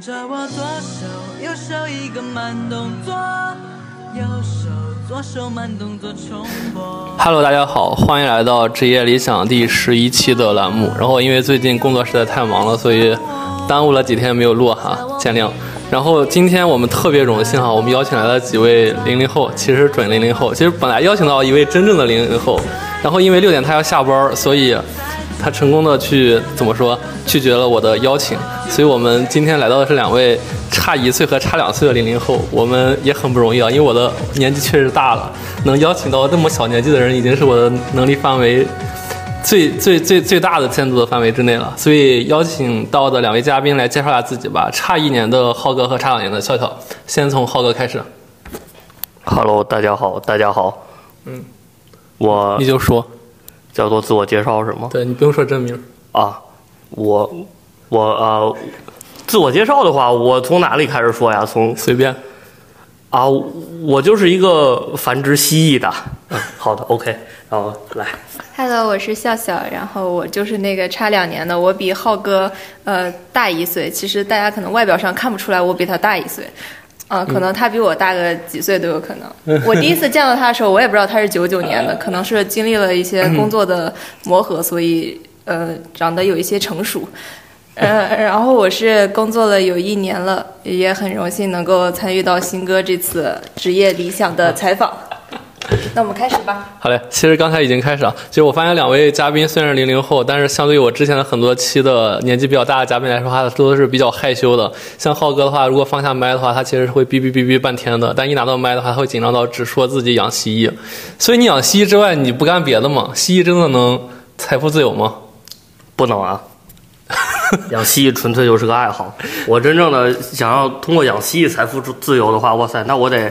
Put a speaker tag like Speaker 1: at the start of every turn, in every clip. Speaker 1: 着我左手右手一个慢动作，右手左手慢动作重播。
Speaker 2: Hello，大家好，欢迎来到职业理想第十一期的栏目。然后因为最近工作实在太忙了，所以耽误了几天没有录哈，见谅。然后今天我们特别荣幸哈，我们邀请来了几位零零后，其实准零零后，其实本来邀请到一位真正的零零后，然后因为六点他要下班儿，所以他成功的去怎么说拒绝了我的邀请，所以我们今天来到的是两位差一岁和差两岁的零零后，我们也很不容易啊，因为我的年纪确实大了，能邀请到那么小年纪的人，已经是我的能力范围最最最最大的限度的范围之内了，所以邀请到的两位嘉宾来介绍一下自己吧，差一年的浩哥和差两年的笑笑，先从浩哥开始，
Speaker 3: Hello，大家好，大家好，嗯，我
Speaker 2: 你就说，
Speaker 3: 叫做自我介绍是吗？
Speaker 2: 对你不用说真名，
Speaker 3: 啊，我我呃，自我介绍的话，我从哪里开始说呀？从
Speaker 2: 随便，
Speaker 3: 啊，我就是一个繁殖蜥蜴的。嗯，好的，OK，然后来，
Speaker 4: Hello，我是笑笑，然后我就是那个差两年的，我比浩哥呃大一岁。其实大家可能外表上看不出来我比他大一岁，啊、可能他比我大个几岁都有可能。我第一次见到他的时候，我也不知道他是九九年的，可能是经历了一些工作的磨合，所以呃长得有一些成熟。呃，然后我是工作了有一年了，也很荣幸能够参与到新哥这次职业理想的采访。那我们开始吧。
Speaker 2: 好嘞，其实刚才已经开始了。其实我发现两位嘉宾虽然是零零后，但是相对于我之前的很多期的年纪比较大的嘉宾来说，他都是比较害羞的。像浩哥的话，如果放下麦的话，他其实是会哔哔哔哔半天的，但一拿到麦的话，他会紧张到只说自己养蜥蜴。所以你养蜥蜴之外，你不干别的吗？蜥蜴真的能财富自由吗？
Speaker 3: 不能啊， 养蜥蜴纯粹就是个爱好。我真正的想要通过养蜥蜴财富自自由的话，哇塞，那我得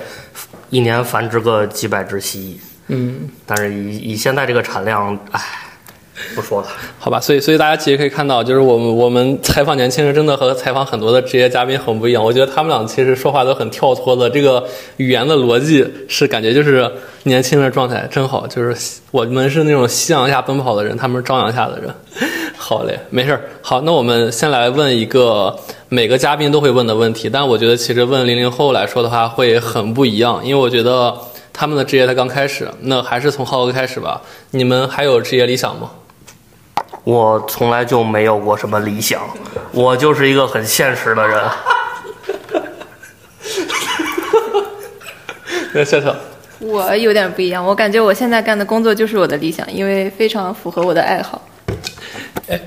Speaker 3: 一年繁殖个几百只蜥蜴。
Speaker 2: 嗯，
Speaker 3: 但是以以现在这个产量，唉，不说了。
Speaker 2: 好吧，所以所以大家其实可以看到，就是我们我们采访年轻人真的和采访很多的职业嘉宾很不一样。我觉得他们俩其实说话都很跳脱的，这个语言的逻辑是感觉就是年轻人状态真好，就是我们是那种夕阳下奔跑的人，他们是朝阳下的人。 好嘞，没事儿。好，那我们先来问一个每个嘉宾都会问的问题，但我觉得其实问零零后来说的话会很不一样，因为我觉得他们的职业才刚开始。那还是从浩哥开始吧，你们还有职业理想吗？
Speaker 3: 我从来就没有过什么理想，我就是一个很现实的人。
Speaker 2: 那笑笑。
Speaker 4: 我有点不一样，我感觉我现在干的工作就是我的理想，因为非常符合我的爱好。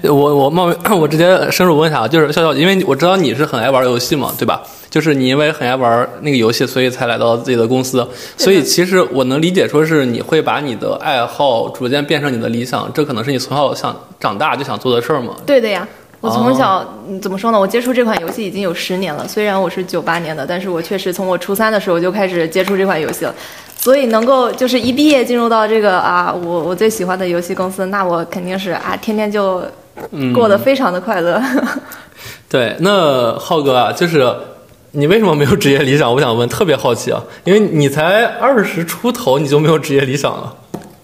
Speaker 2: 我我冒昧， 我直接深入问一下，啊，就是笑笑，因为我知道你是很爱玩游戏嘛，对吧？就是你因为很爱玩那个游戏，所以才来到自己的公司。所以其实我能理解，说是你会把你的爱好逐渐变成你的理想，这可能是你从小想长大就想做的事儿嘛。
Speaker 4: 对的呀，我从小、嗯怎么说呢？我接触这款游戏已经有十年了，虽然我是九八年的，但是我确实从我初三的时候就开始接触这款游戏了。所以能够就是一毕业进入到这个啊，我我最喜欢的游戏公司，那我肯定是啊，天天就过得非常的快 乐。
Speaker 2: 对，那浩哥啊，就是你为什么没有职业理想？我想问，特别好奇啊，因为你才二十出头，你就没有职业理想了。啊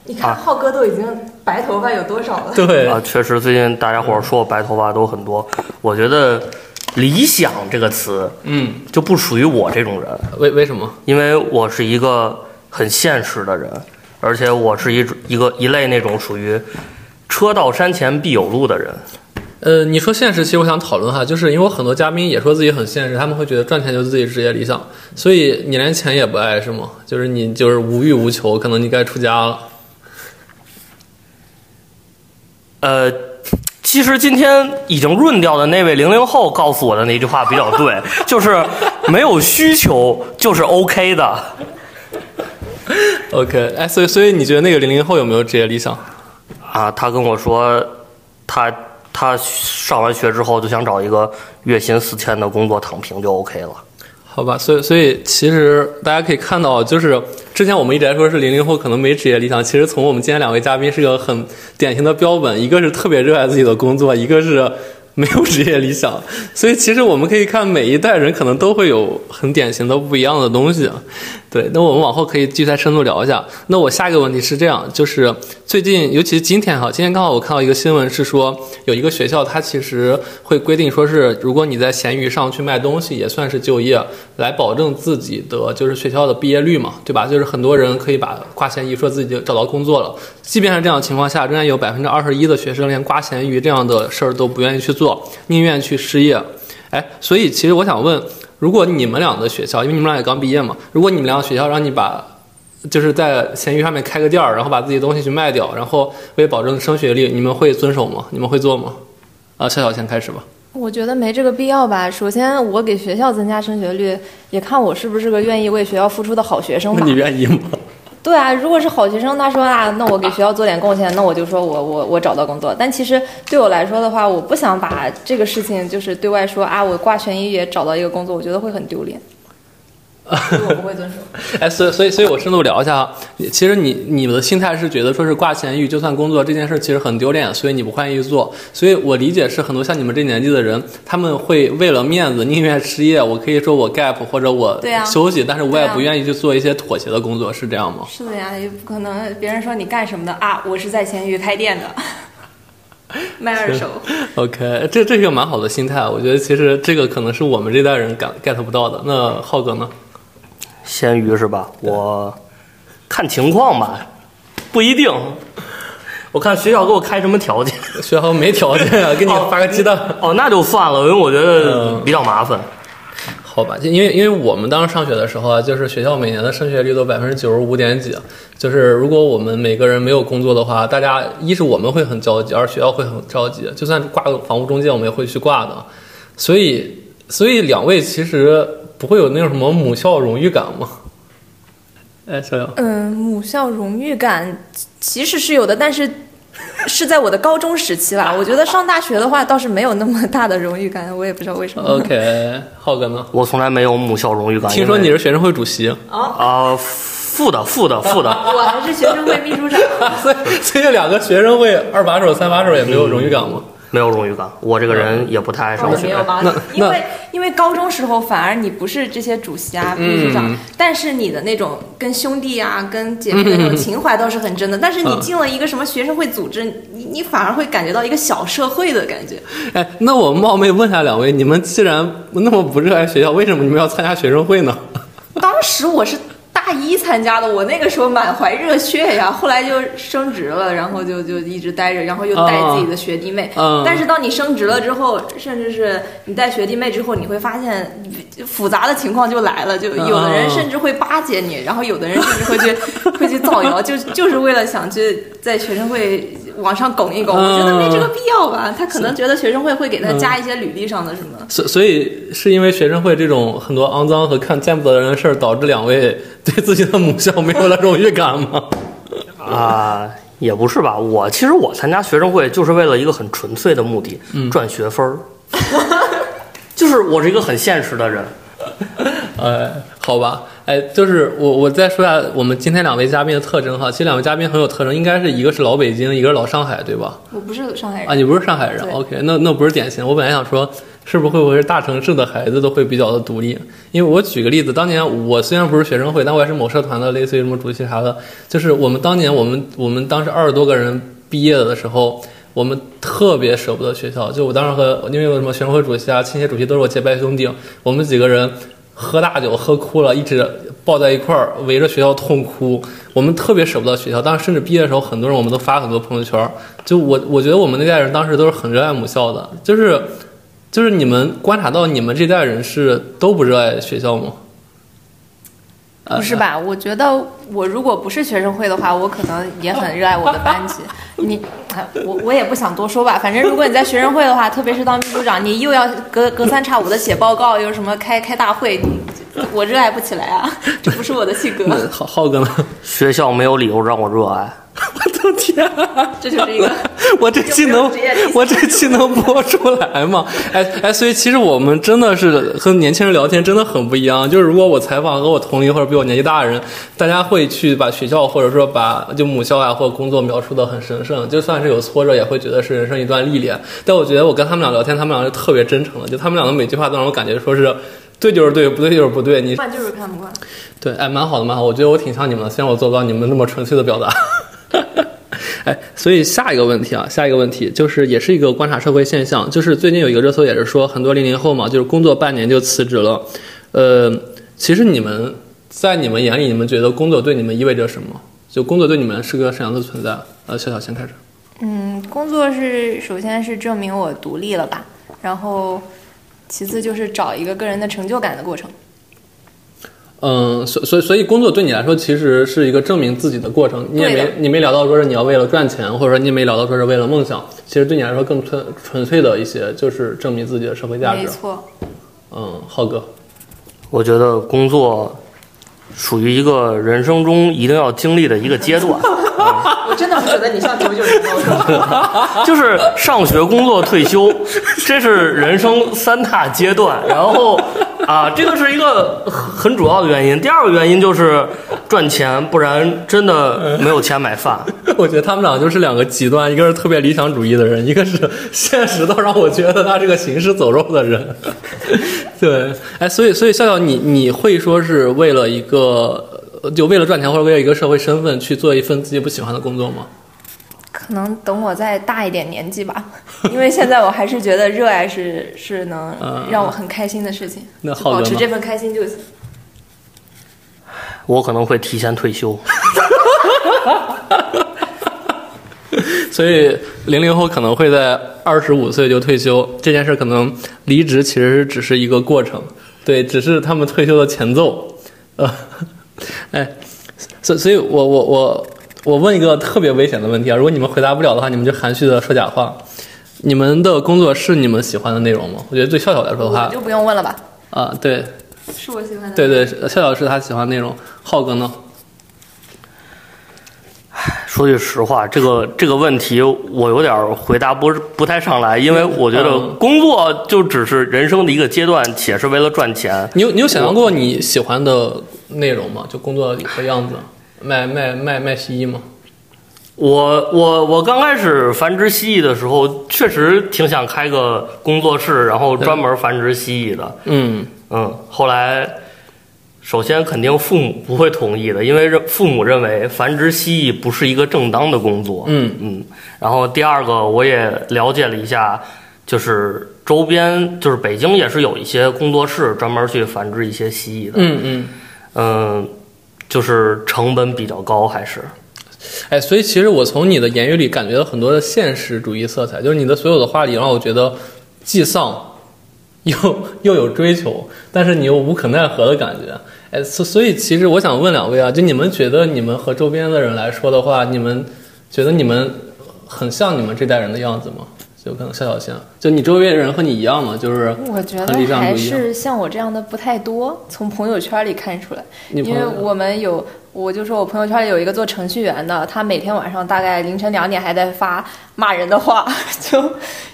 Speaker 4: 你
Speaker 3: 看
Speaker 4: 浩哥都已经白头发有多少了？
Speaker 2: 对，
Speaker 3: 啊，确实，最近大家伙儿说我白头发都很多。我觉得“理想”这个词
Speaker 2: 嗯，
Speaker 3: 就不属于我这种人，
Speaker 2: 为为什么？
Speaker 3: 因为我是一个很现实的人，而且我是一种一个一类那种属于“车到山前必有路”的人。
Speaker 2: 呃，你说现实，其实我想讨论哈，就是因为我很多嘉宾也说自己很现实，他们会觉得赚钱就是自己职业理想，所以你连钱也不爱是吗？就是你就是无欲无求，可能你该出家了。
Speaker 3: 呃，其实今天已经润掉的那位零零后告诉我的那句话比较对， 就是没有需求就是 OK 的。
Speaker 2: OK，哎，所以所以你觉得那个零零后有没有职业理想？
Speaker 3: 啊，他跟我说，他他上完学之后就想找一个月薪四千的工作躺平就 OK 了。
Speaker 2: 好吧，所以所以其实大家可以看到，就是之前我们一直在说是零零后可能没职业理想，其实从我们今天两位嘉宾是个很典型的标本，一个是特别热爱自己的工作，一个是没有职业理想，所以其实我们可以看每一代人可能都会有很典型的不一样的东西。啊 对，那我们往后可以继续再深度聊一下。那我下一个问题是这样，就是最近，尤其是今天哈，今天刚好我看到一个新闻是说，有一个学校它其实会规定说是，如果你在闲鱼上去卖东西，也算是就业，来保证自己的就是学校的毕业率嘛，对吧？就是很多人可以把挂闲鱼说自己就找到工作了，即便是这样的情况下，仍然有百分之二十一的学生连挂闲鱼这样的事儿都不愿意去做，宁愿去失业。哎，所以其实我想问，如果你们俩的学校，因为你们俩也刚毕业嘛，如果你们俩的学校让你把，就是在闲鱼上面开个店儿，然后把自己的东西去卖掉，然后为保证升学率，你们会遵守吗？你们会做吗？啊，小小先开始吧。
Speaker 4: 我觉得没这个必要吧。首先，我给学校增加升学率，也看我是不是个愿意为学校付出的好学生吧。
Speaker 2: 愿意吗？
Speaker 4: 对啊，如果是好学生，他说啊，那我给学校做点贡献，那我就说我我我找到工作。但其实对我来说的话，我不想把这个事情就是对外说啊，我挂悬疑也找到一个工作，我觉得会很丢脸。所以我不会遵守。
Speaker 2: 哎，所以所以所以我深度聊一下啊，你其实你你们的心态是觉得说是挂闲鱼就算工作这件事其实很丢脸，所以你不愿意做。所以我理解是很多像你们这年纪的人，他们会为了面子宁愿失业。我可以说我 gap 或者我
Speaker 4: 对啊
Speaker 2: 休息，但是我
Speaker 4: 对
Speaker 2: 也
Speaker 4: 啊
Speaker 2: 不愿意去做一些妥协的工作，是这样吗？
Speaker 4: 是的呀，也不可能别人说你干什么的啊，我是在闲鱼开店的， 卖二手。
Speaker 2: OK，这这是个蛮好的心态，啊我觉得其实这个可能是我们这代人感 get 不到的。那浩哥呢？
Speaker 3: 鲜鱼是吧？我看情况吧，不一定。我看学校给我开什么条件。
Speaker 2: 学校没条件啊，给你发个鸡蛋。
Speaker 3: 哦，那就算了，因为我觉得
Speaker 2: 嗯
Speaker 3: 比较麻烦。
Speaker 2: 好吧，因为因为我们当时上学的时候啊，就是学校每年的升学率都百分之九十五点几，就是如果我们每个人没有工作的话，大家一是我们会很焦急，二是学校会很着急，就算挂个房屋中介，我们也会去挂的。所以所以两位其实不会有那种什么母校荣誉感吗？哎，小杨，
Speaker 4: 嗯，母校荣誉感其实是有的，但是是在我的高中时期吧。我觉得上大学的话倒是没有那么大的荣誉感，我也不知道为什么。
Speaker 2: 呃 OK，浩哥呢？
Speaker 3: 我从来没有母校荣誉感。
Speaker 2: 听说
Speaker 3: 啊因为
Speaker 2: 你是学生会主席，
Speaker 3: 啊、副的副的副的，
Speaker 4: 我还是学生会秘 书长。
Speaker 2: 所以所以两个学生会二把手、三把手也没有荣誉感吗？
Speaker 3: 没有荣誉感。我这个人也不太爱上
Speaker 4: 我没
Speaker 3: 学
Speaker 4: 有。吧
Speaker 2: 嗯那？
Speaker 4: 因为因为高中时候反而你不是这些主席
Speaker 2: 嗯
Speaker 4: 啊、秘书长，但是你的那种跟兄弟啊、跟姐妹的那种情怀倒是很真的。但是你
Speaker 2: 嗯
Speaker 4: 进了一个什么学生会组织，你你反而会感觉到一个小社会的感觉。
Speaker 2: 哎，那我冒昧问下两位，你们既然那么不热爱学校，为什么你们要参加学生会呢？
Speaker 4: 当时我是大一参加的，我那个时候满怀热血呀，后来就升职了，然后就就一直待着，然后又带
Speaker 2: 啊
Speaker 4: 自己的学弟妹。
Speaker 2: 嗯
Speaker 4: 但是当你升职了之后，甚至是你带学弟妹之后，你会发现复杂的情况就来了，就有的人
Speaker 2: 啊
Speaker 4: 甚至会巴结你，然后有的人甚至会去会去造谣，就就是为了想去在学生会。往上拱一拱，我觉得没这个必要吧。他可能觉得学生会会给他加一些履历上的什么，
Speaker 2: 所所以是因为学生会这种很多肮脏和看见不得人的事儿，导致两位对自己的母校没有了荣誉感吗？
Speaker 3: 啊、也不是吧。我其实我参加学生会就是为了一个很纯粹的目的，
Speaker 2: 嗯
Speaker 3: 赚学分儿。 就是我是一个很现实的人，
Speaker 2: 哎，好吧，哎，就是我我再说一下我们今天两位嘉宾的特征哈，其实两位嘉宾很有特征，应该是一个是老北京，一个是老上海，对吧？
Speaker 4: 我不是上海人
Speaker 2: 啊，。你不是上海人
Speaker 4: 对
Speaker 2: ，OK，那那不是典型。我本来想说，是不是会不会是大城市的孩子都会比较的独立？因为我举个例子，当年我虽然不是学生会，但我也是某社团的，类似于什么主席啥的。就是我们当年，我们我们当时二十多个人毕业的时候，我们特别舍不得学校。就我当时和因为有什么学生会主席啊、青协主席都是我结拜兄弟，我们几个人喝大酒喝哭了，一直抱在一块儿，围着学校痛哭。我们特别舍不得学校，当时甚至毕业的时候，很多人我们都发很多朋友圈儿。就我，我觉得我们那代人当时都是很热爱母校的，就是就是你们观察到你们这代人是都不热爱学校吗？呃
Speaker 4: 不是吧？ 我觉得我如果不是学生会的话，我可能也很热爱我的班级。 你，哎我我也不想多说吧。反正如果你在学生会的话，特别是当秘书长，你又要隔隔三差五的写报告，又什么开开大会，你我热爱不起来啊， 这不是我的性格。
Speaker 2: 那 浩浩哥呢？
Speaker 3: 学校没有理由让我热爱。
Speaker 2: 我的天、啊
Speaker 4: 这就是一个
Speaker 2: 我这期能
Speaker 4: 有没有职业理想
Speaker 2: 我这期能播出来吗？哎哎，所以其实我们真的是和年轻人聊天真的很不一样。就是如果我采访和我同龄或者比我年纪大的人，大家会去把学校或者说把就母校啊或者工作描述的很神圣，就算是有挫折也会觉得是人生一段历练。但我觉得我跟他们俩聊天，他们俩是特别真诚的，就他们俩的每句话都让我感觉说是。对就是对，不对就是不对。你
Speaker 4: 惯就是看不惯。
Speaker 2: 对，哎，蛮好的，蛮好。我觉得我挺像你们的，虽然我做不到你们那么纯粹的表达。 哎，所以下一个问题啊，下一个问题就是也是一个观察社会现象，就是最近有一个热搜也是说很多零零后嘛，就是工作半年就辞职了。呃，其实你们在你们眼里，你们觉得工作对你们意味着什么？就工作对你们是个什么样的存在？呃，小小先开始。
Speaker 4: 嗯，工作是首先是证明我独立了吧，然后其次就是找一个个人的成就感的过程。
Speaker 2: 嗯，所所以所以工作对你来说其实是一个证明自己的过程，你也
Speaker 4: 对的
Speaker 2: 没你没聊到说是你要为了赚钱，或者说你也没聊到说是为了梦想，其实对你来说更纯纯粹的一些就是证明自己的社会价
Speaker 4: 没
Speaker 2: 值。
Speaker 4: 错，
Speaker 2: 嗯，浩哥，
Speaker 3: 我觉得工作属于一个人生中一定要经历的一个阶段，
Speaker 5: 我真的不觉得你像九九零后。
Speaker 3: 就是上学、工作、退休，这是人生三大阶段。然后啊，这个是一个很主要的原因。第二个原因就是赚钱，不然真的没有钱买饭。
Speaker 2: 我觉得他们俩就是两个极端，一个是特别理想主义的人，一个是 现实到让我觉得他是个行尸走肉的人。 对，哎，所以所以笑笑，你你会说是为了一个呃就为了赚钱或者为了一个社会身份去做一份自己不喜欢的工作吗？
Speaker 4: 可能等我再大一点年纪吧， 因为现在我还是觉得热爱是是能
Speaker 2: 嗯
Speaker 4: 让我很开心的事情，
Speaker 2: 那
Speaker 4: 就
Speaker 2: 浩
Speaker 4: 保
Speaker 2: 哥
Speaker 4: 持
Speaker 2: 呢
Speaker 4: 这份开心就行。
Speaker 3: 我可能会提前退休。
Speaker 2: 所以零零后可能会在二十五岁就退休，这件事可能离职其实只是一个过程，对，只是他们退休的前奏。呃， 哎，所所以我，我我我问一个特别危险的问题啊，如果你们回答不了的话，你们就含蓄的说假话。你们的工作是你们喜欢的内容吗？我觉得对笑笑来说的
Speaker 4: 我
Speaker 2: 话，
Speaker 4: 就不用问了吧，
Speaker 2: 啊，对
Speaker 4: 是我喜欢的。
Speaker 2: 对对，笑笑是他喜欢的内容。浩哥呢？
Speaker 3: 说句实话，这个这个问题我有点儿回答不不太上来，因为我觉得
Speaker 2: 嗯
Speaker 3: 工作就只是人生的一个阶段，且是为了赚钱。
Speaker 2: 你有你有想象过你喜欢的内容吗？就工作的样子，卖卖卖卖洗衣吗？
Speaker 3: 我我我刚开始繁殖蜥蜴的时候，确实挺想开个工作室，然后专门繁殖蜥蜴的。
Speaker 2: 嗯，
Speaker 3: 嗯，后来首先肯定父母不会同意的，因为认父母认为繁殖蜥蜴不是一个正当的工作。
Speaker 2: 嗯
Speaker 3: 嗯，然后第二个我也了解了一下，就是周边就是北京也是有一些工作室专门去繁殖一些蜥蜴的。
Speaker 2: 嗯嗯，
Speaker 3: 嗯，就是成本比较高，还是
Speaker 2: 哎，所以其实我从你的言语里感觉到很多的现实主义色彩，就是你的所有的话里让我觉得既丧又又有追求，但是你又无可奈何的感觉。哎，所 所以其实我想问两位啊，就你们觉得你们和周边的人来说的话，你们觉得你们很像你们这代人的样子吗？就可能笑笑先，啊就你周围的人和你一样吗？就是
Speaker 4: 我觉
Speaker 2: 和
Speaker 4: 得
Speaker 2: 理想
Speaker 4: 还
Speaker 2: 不一样。
Speaker 4: 是像我这样的不太多，从朋友圈里看出来，
Speaker 2: 你朋
Speaker 4: 因为
Speaker 2: 友
Speaker 4: 我们有，我就说我朋友圈里有一个做程序员的，他每天晚上大概凌晨两点还在发骂人的话， 就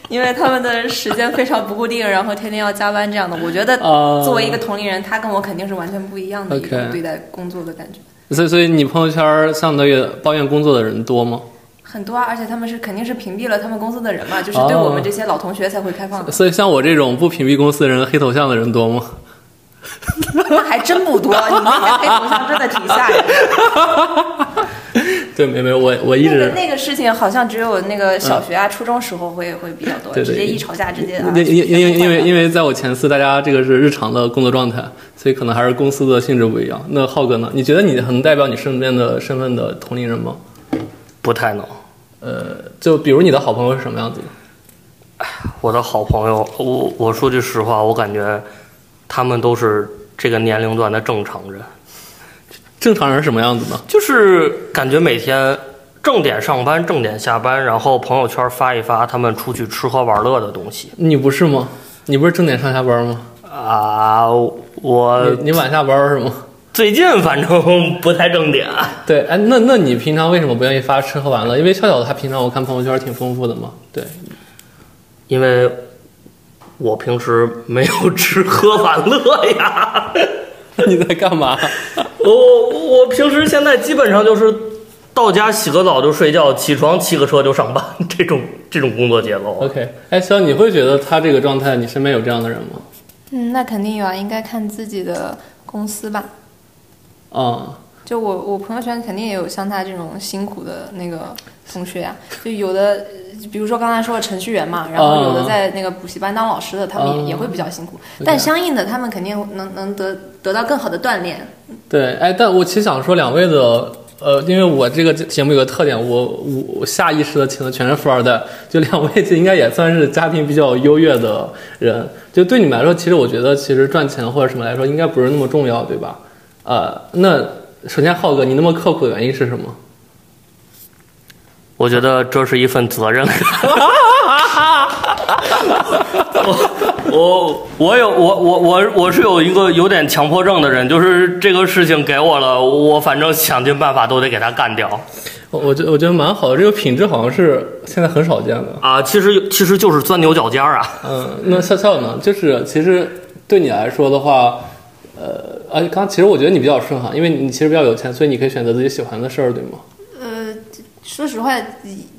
Speaker 4: 因为他们的时间非常不固定，然后天天要加班这样的。我觉得
Speaker 2: 啊
Speaker 4: 作为一个同龄人，他跟我肯定是完全不一样的一
Speaker 2: OK
Speaker 4: 种对待工作的感觉。
Speaker 2: 所以所以你朋友圈相对于抱怨工作的人多吗？
Speaker 4: 很多啊，而且他们是肯定是屏蔽了他们公司的人嘛，就是
Speaker 2: 啊
Speaker 4: 对我们这些老同学才会开放的。
Speaker 2: 所以像我这种不屏蔽公司的人、黑头像的人多吗？
Speaker 5: 那还真不多，你那个配头像真的挺吓人的。
Speaker 2: 对，没没，我我一
Speaker 4: 那个
Speaker 2: 直嗯
Speaker 4: 那个事情好像只有那个小学啊、初中时候会会比较多，
Speaker 2: 对对
Speaker 4: 直接一吵架直接啊。
Speaker 2: 那因因因为因为因
Speaker 4: 为
Speaker 2: 为在我前四，大家这个是日常的工作状态，所以可能还是公司的性质不一样。那浩哥呢？你觉得你很代表你身边的身份的同龄人吗？
Speaker 3: 不太能。
Speaker 2: 呃，就比如你的好朋友是什么样子的？
Speaker 3: 我的好朋友，我我说句实话，我感觉他们都是这个年龄段的正常人，
Speaker 2: 正常人是什么样子呢？
Speaker 3: 就是感觉每天正点上班，正点下班，然后朋友圈发一发他们出去吃喝玩乐的东西
Speaker 2: 你不是吗？你不是正点上下班吗？
Speaker 3: 啊。我
Speaker 2: 你你晚下班是吗？
Speaker 3: 最近反正不太正点，
Speaker 2: 对，哎，那那你平常为什么不愿意发吃喝玩乐？因为笑笑他平常我看朋友圈挺丰富的嘛。对，
Speaker 3: 因为我平时没有吃喝玩乐呀。
Speaker 2: 你在干嘛？
Speaker 3: 我我我平时现在基本上就是到家洗个澡就睡觉，起床骑个车就上班， 这种这种工作节奏。啊
Speaker 2: OK，哎，肖，你会觉得他这个状态，你身边有这样的人吗？
Speaker 4: 嗯，那肯定有啊，应该看自己的公司吧。
Speaker 2: 啊、
Speaker 4: 就我我朋友圈肯定也有像他这种辛苦的那个同学呀、就有的，呃比如说刚才说的程序员嘛，然后有
Speaker 2: 啊
Speaker 4: 的在那个补习班当老师的，他们也、
Speaker 2: 嗯
Speaker 4: 也会比较辛苦，
Speaker 2: 对
Speaker 4: 但相应的他们肯定能能得得到更好的锻炼。
Speaker 2: 对，哎，但我其实想说两位的，呃，因为我这个节目有个特点，我我我下意识的请的全是富二代，就两位就应该也算是家庭比较优越的人，就对你们来说，其实我觉得其实赚钱或者什么来说，应该不是那么重要，对吧？呃，那首先浩哥，你那么刻苦的原因是什么？
Speaker 3: 我觉得这是一份责任。 我我我有我我我我是有一个有点强迫症的人，就是这个事情给我了，我反正想尽办法都得给他干掉
Speaker 2: 我我觉得我觉得蛮好的，这个品质好像是现在很少见的。
Speaker 3: 啊！其实其实就是钻牛角尖儿啊，
Speaker 2: 嗯，那笑笑呢？就是其实对你来说的话，呃，而且刚其实我觉得你比较顺哈，因为你其实比较有钱，所以你可以选择自己喜欢的事儿，对吗？
Speaker 4: 呃，说实话，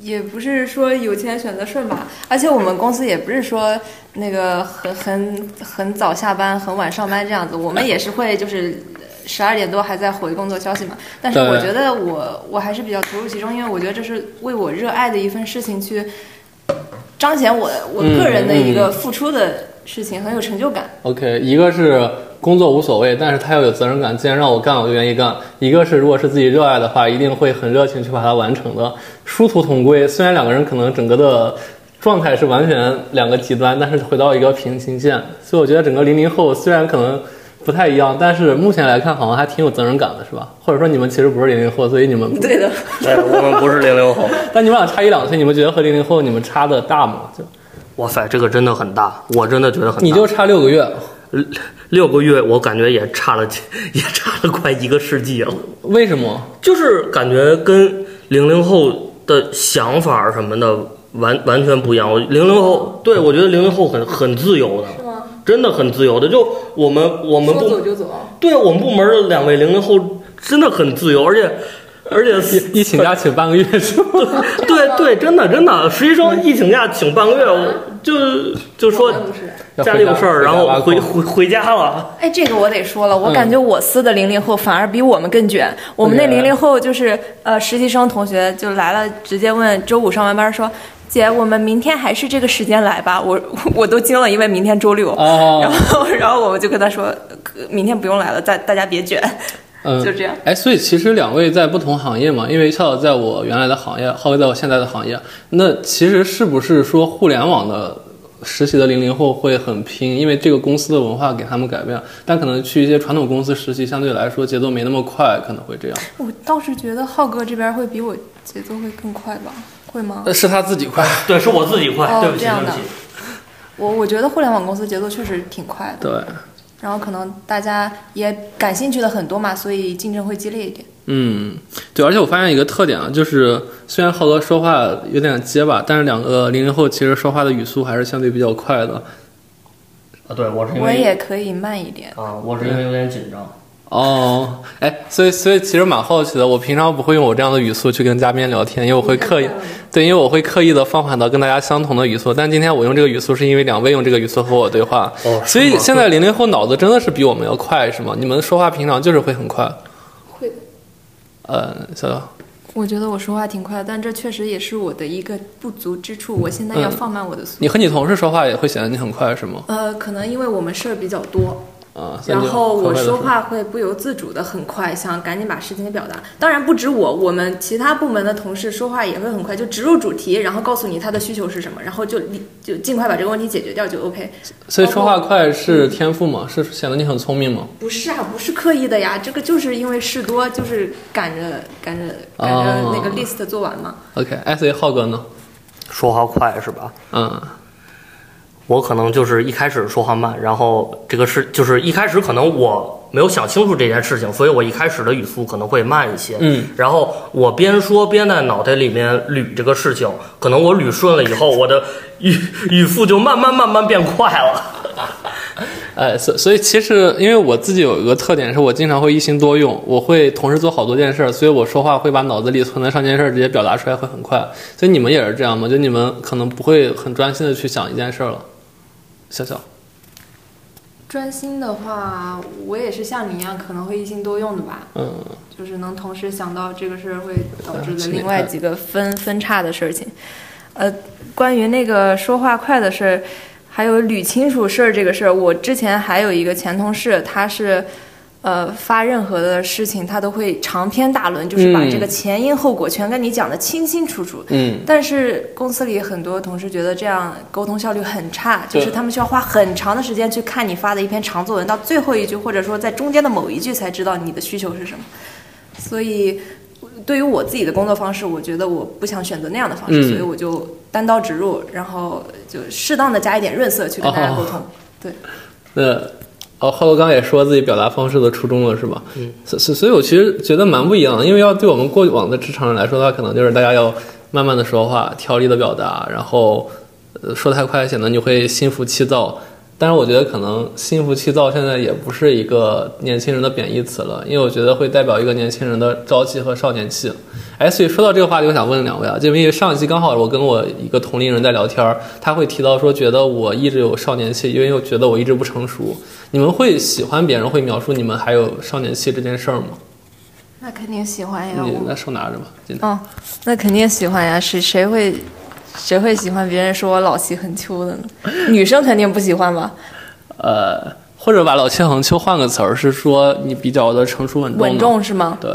Speaker 4: 也不是说有钱选择顺吧，而且我们公司也不是说那个很很很早下班、很晚上班这样子，我们也是会就是十二点多还在回工作消息嘛。但是
Speaker 2: 对
Speaker 4: 我觉得我我还是比较投入其中，因为我觉得这是为我热爱的一份事情去彰显我我个人的一个付出的事情，很有成就感。
Speaker 2: OK，一个是工作无所谓，但是他要有责任感，既然让我干，我就愿意干；一个是如果是自己热爱的话，一定会很热情去把它完成的，殊途同归。虽然两个人可能整个的状态是完全两个极端，但是回到一个平行线。所以我觉得整个零零后虽然可能不太一样，但是目前来看好像还挺有责任感的，是吧？或者说你们其实不是零零后，所以你们，
Speaker 5: 对的，
Speaker 3: 对哎我们不是零零后。
Speaker 2: 但你们俩差一两岁，你们觉得和零零后你们差的大吗？就
Speaker 3: 哇塞，这个真的很大，我真的觉得很大。
Speaker 2: 你就差六个月，
Speaker 3: 六个月，我感觉也差了几，也差了快一个世纪了。啊
Speaker 2: 为什么？
Speaker 3: 就是感觉跟零零后的想法儿什么的完完全不一样。我零零后，对我觉得零零后很很自由的，真的很自由的。就我们我们部，
Speaker 5: 就走。
Speaker 3: 对我们部门的两位零零后真的很自由，而且而且
Speaker 2: 一一请假请半个月是吗？
Speaker 3: 对对，真的真的，实习生一请假请半个月，我就就说
Speaker 5: 不是，
Speaker 3: 家里有事儿，然后
Speaker 2: 回
Speaker 3: 回
Speaker 2: 家
Speaker 3: 回回家了。
Speaker 4: 哎，这个我得说了，我
Speaker 2: 嗯
Speaker 4: 感觉我司的零零后反而比我们更卷。我们那零零后就是呃实习生同学就来了，直接问周五上完班说：“姐，我们明天还是这个时间来吧？”我我都惊了，因为明天周六。
Speaker 2: 哦
Speaker 4: 然后然后我们就跟他说，呃明天不用来了，大大家别卷。
Speaker 2: 嗯，
Speaker 4: 就这样。
Speaker 2: 哎，所以其实两位在不同行业嘛，因为笑笑在我原来的行业，浩哥在我现在的行业，那其实是不是说互联网的实习的零零后会很拼？因为这个公司的文化给他们改变，但可能去一些传统公司实习，相对来说节奏没那么快，可能会这样。
Speaker 4: 我倒是觉得浩哥这边会比我节奏会更快吧？会吗？
Speaker 2: 呃，是他自己快。
Speaker 3: 对，是我自己快，
Speaker 4: 哦
Speaker 3: 对不起，对
Speaker 4: 这样
Speaker 3: 不
Speaker 4: 的
Speaker 3: 起。
Speaker 4: 我我觉得互联网公司节奏确实挺快 的，
Speaker 2: 对，
Speaker 4: 然后可能大家也感兴趣的很多嘛，所以竞争会激烈一点。
Speaker 2: 嗯，对，而且我发现一个特点啊，就是虽然浩哥说话有点结巴，但是两个零零后其实说话的语速还是相对比较快的。
Speaker 3: 啊，对我是因
Speaker 4: 我
Speaker 3: 为
Speaker 4: 也可以慢一点。
Speaker 3: 啊，我是因为有点紧张。
Speaker 2: 哦，哎，所以所以其实蛮好奇的，我平常不会用我这样的语速去跟嘉宾聊天，因为我会刻意，对，因为我会刻意的放缓到跟大家相同的语速，但今天我用这个语速是因为两位用这个语速和我对话，
Speaker 3: 哦
Speaker 2: 所
Speaker 3: 是
Speaker 2: 以
Speaker 3: 吗
Speaker 2: 现在零零后脑子真的是比我们要快，是吗？你们说话平常就是会很快，
Speaker 4: 会的。
Speaker 2: 呃，小小，
Speaker 4: 我觉得我说话挺快的，但这确实也是我的一个不足之处。我现在要放慢我的速度。
Speaker 2: 你和你同事说话也会显得你很快，是吗？
Speaker 4: 呃，可能因为我们事儿比较多，
Speaker 2: 啊，所以
Speaker 4: 然
Speaker 2: 你
Speaker 4: 后
Speaker 2: 很快
Speaker 4: 我
Speaker 2: 地
Speaker 4: 说话会不由自主的很快，想赶紧把事情给表达。当然不止我，我们其他部门的同事说话也会很快，就植入主题，然后告诉你他的需求是什么，然后就立就尽快把这个问题解决掉就 OK。
Speaker 2: 所以说话快
Speaker 4: 嗯
Speaker 2: 是天赋吗？是显得你很聪明吗？
Speaker 4: 不是啊，不是刻意的呀，这个就是因为事多，就是赶着赶着赶着那个
Speaker 2: 哦
Speaker 4: list 做完嘛。
Speaker 2: OK，哎，所以浩哥呢？
Speaker 3: 说话快是吧？
Speaker 2: 嗯，
Speaker 3: 我可能就是一开始说话慢，然后这个事就是一开始可能我没有想清楚这件事情，所以我一开始的语速可能会慢一些。
Speaker 2: 嗯，
Speaker 3: 然后我边说边在脑袋里面捋这个事情，可能我捋顺了以后，我的语语速就慢慢慢慢变快了。
Speaker 2: 哎，所所以其实，因为我自己有一个特点，是我经常会一心多用，我会同时做好多件事儿，所以我说话会把脑子里存的上件事儿直接表达出来，会很快。所以你们也是这样吗？就你们可能不会很专心的去想一件事儿了。小小，
Speaker 4: 专心的话，我也是像你一样，可能会一心多用的吧，
Speaker 2: 嗯，
Speaker 4: 就是能同时想到这个事儿会导致
Speaker 2: 呃
Speaker 4: 的
Speaker 2: 心里
Speaker 4: 另外
Speaker 2: 看
Speaker 4: 几个分分叉的事情。呃，关于那个说话快的事儿，还有捋清楚事儿这个事儿，我之前还有一个前同事，他是。呃，发任何的事情，他都会长篇大论，就是把
Speaker 2: 嗯
Speaker 4: 这个前因后果全跟你讲的清清楚楚。
Speaker 2: 嗯
Speaker 4: 但是公司里很多同事觉得这样沟通效率很差，
Speaker 2: 对
Speaker 4: 就是他们需要花很长的时间去看你发的一篇长作文，到最后一句或者说在中间的某一句才知道你的需求是什么。所以，对于我自己的工作方式，我觉得我不想选择那样的方式，
Speaker 2: 嗯
Speaker 4: 所以我就单刀直入，然后就适当的加一点润色去跟大家沟
Speaker 2: 哦
Speaker 4: 通。对，
Speaker 2: 那哦，浩哥刚也说自己表达方式的初衷了，是吧？嗯，所所所以，我其实觉得蛮不一样的，因为要对我们过往的职场人来说的话，可能就是大家要慢慢的说话，条理的表达，然后呃说太快显得你会心浮气躁。但是我觉得可能心浮气躁现在也不是一个年轻人的贬义词了，因为我觉得会代表一个年轻人的朝气和少年气。哎，所以说到这个话题，我想问两位啊，就因为上一期刚好我跟我一个同龄人在聊天儿，他会提到说，觉得我一直有少年气，因为我觉得我一直不成熟。你们会喜欢别人会描述你们还有少年气这件事儿吗？
Speaker 4: 那肯定喜欢呀
Speaker 2: 你那手拿着吧，简单。
Speaker 4: 哦，那肯定喜欢呀，谁谁会？谁会喜欢别人说我老气横秋的呢？女生肯定不喜欢吧？
Speaker 2: 呃，或者把老气横秋换个词儿，是说你比较的成熟稳重。
Speaker 4: 稳重。是吗？
Speaker 2: 对，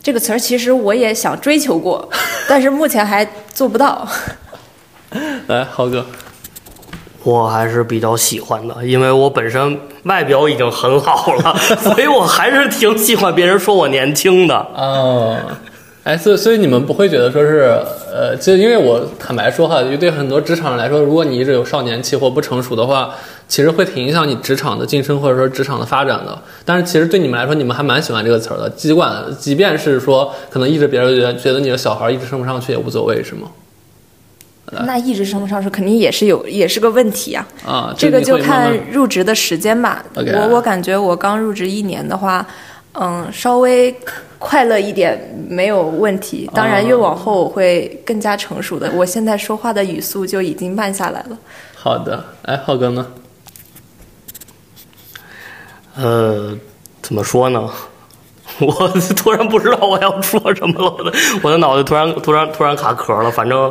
Speaker 4: 这个词儿其实我也想追求过， 但是目前还做 不到。
Speaker 2: 来，浩哥，
Speaker 3: 我还是比较喜欢的，因为我本身外表已经很好了， 所以我还是挺喜欢别人说我年轻的。
Speaker 2: 哦，哎，所以所以你们不会觉得说是，呃，就因为我坦白说哈，就对很多职场人来说，如果你一直有少年气或不成熟的话，其实会挺影响你职场的晋升或者说职场的发展的。但是其实对你们来说，你们还蛮喜欢这个词儿的，尽管即便是说可能一直别人觉得觉得你的小孩一直升不上去也无所谓，是吗？
Speaker 4: 那一直升不上去，肯定也是有，也是个问题啊。
Speaker 2: 啊，
Speaker 4: 这个
Speaker 2: 你
Speaker 4: 就
Speaker 2: 会慢慢
Speaker 4: 看入职的时间吧。
Speaker 2: OK
Speaker 4: 我我感觉我刚入职一年的话，嗯，稍微快乐一点没有问题。当
Speaker 2: 哦
Speaker 4: 然，越往后我会更加成熟的。我现在说话的语速就已经慢下来了。
Speaker 2: 好的。哎，浩哥呢？
Speaker 3: 呃，怎么说呢？ 我突然不知道我要说什么了，我的我的脑袋突然突然突然卡壳了。反正、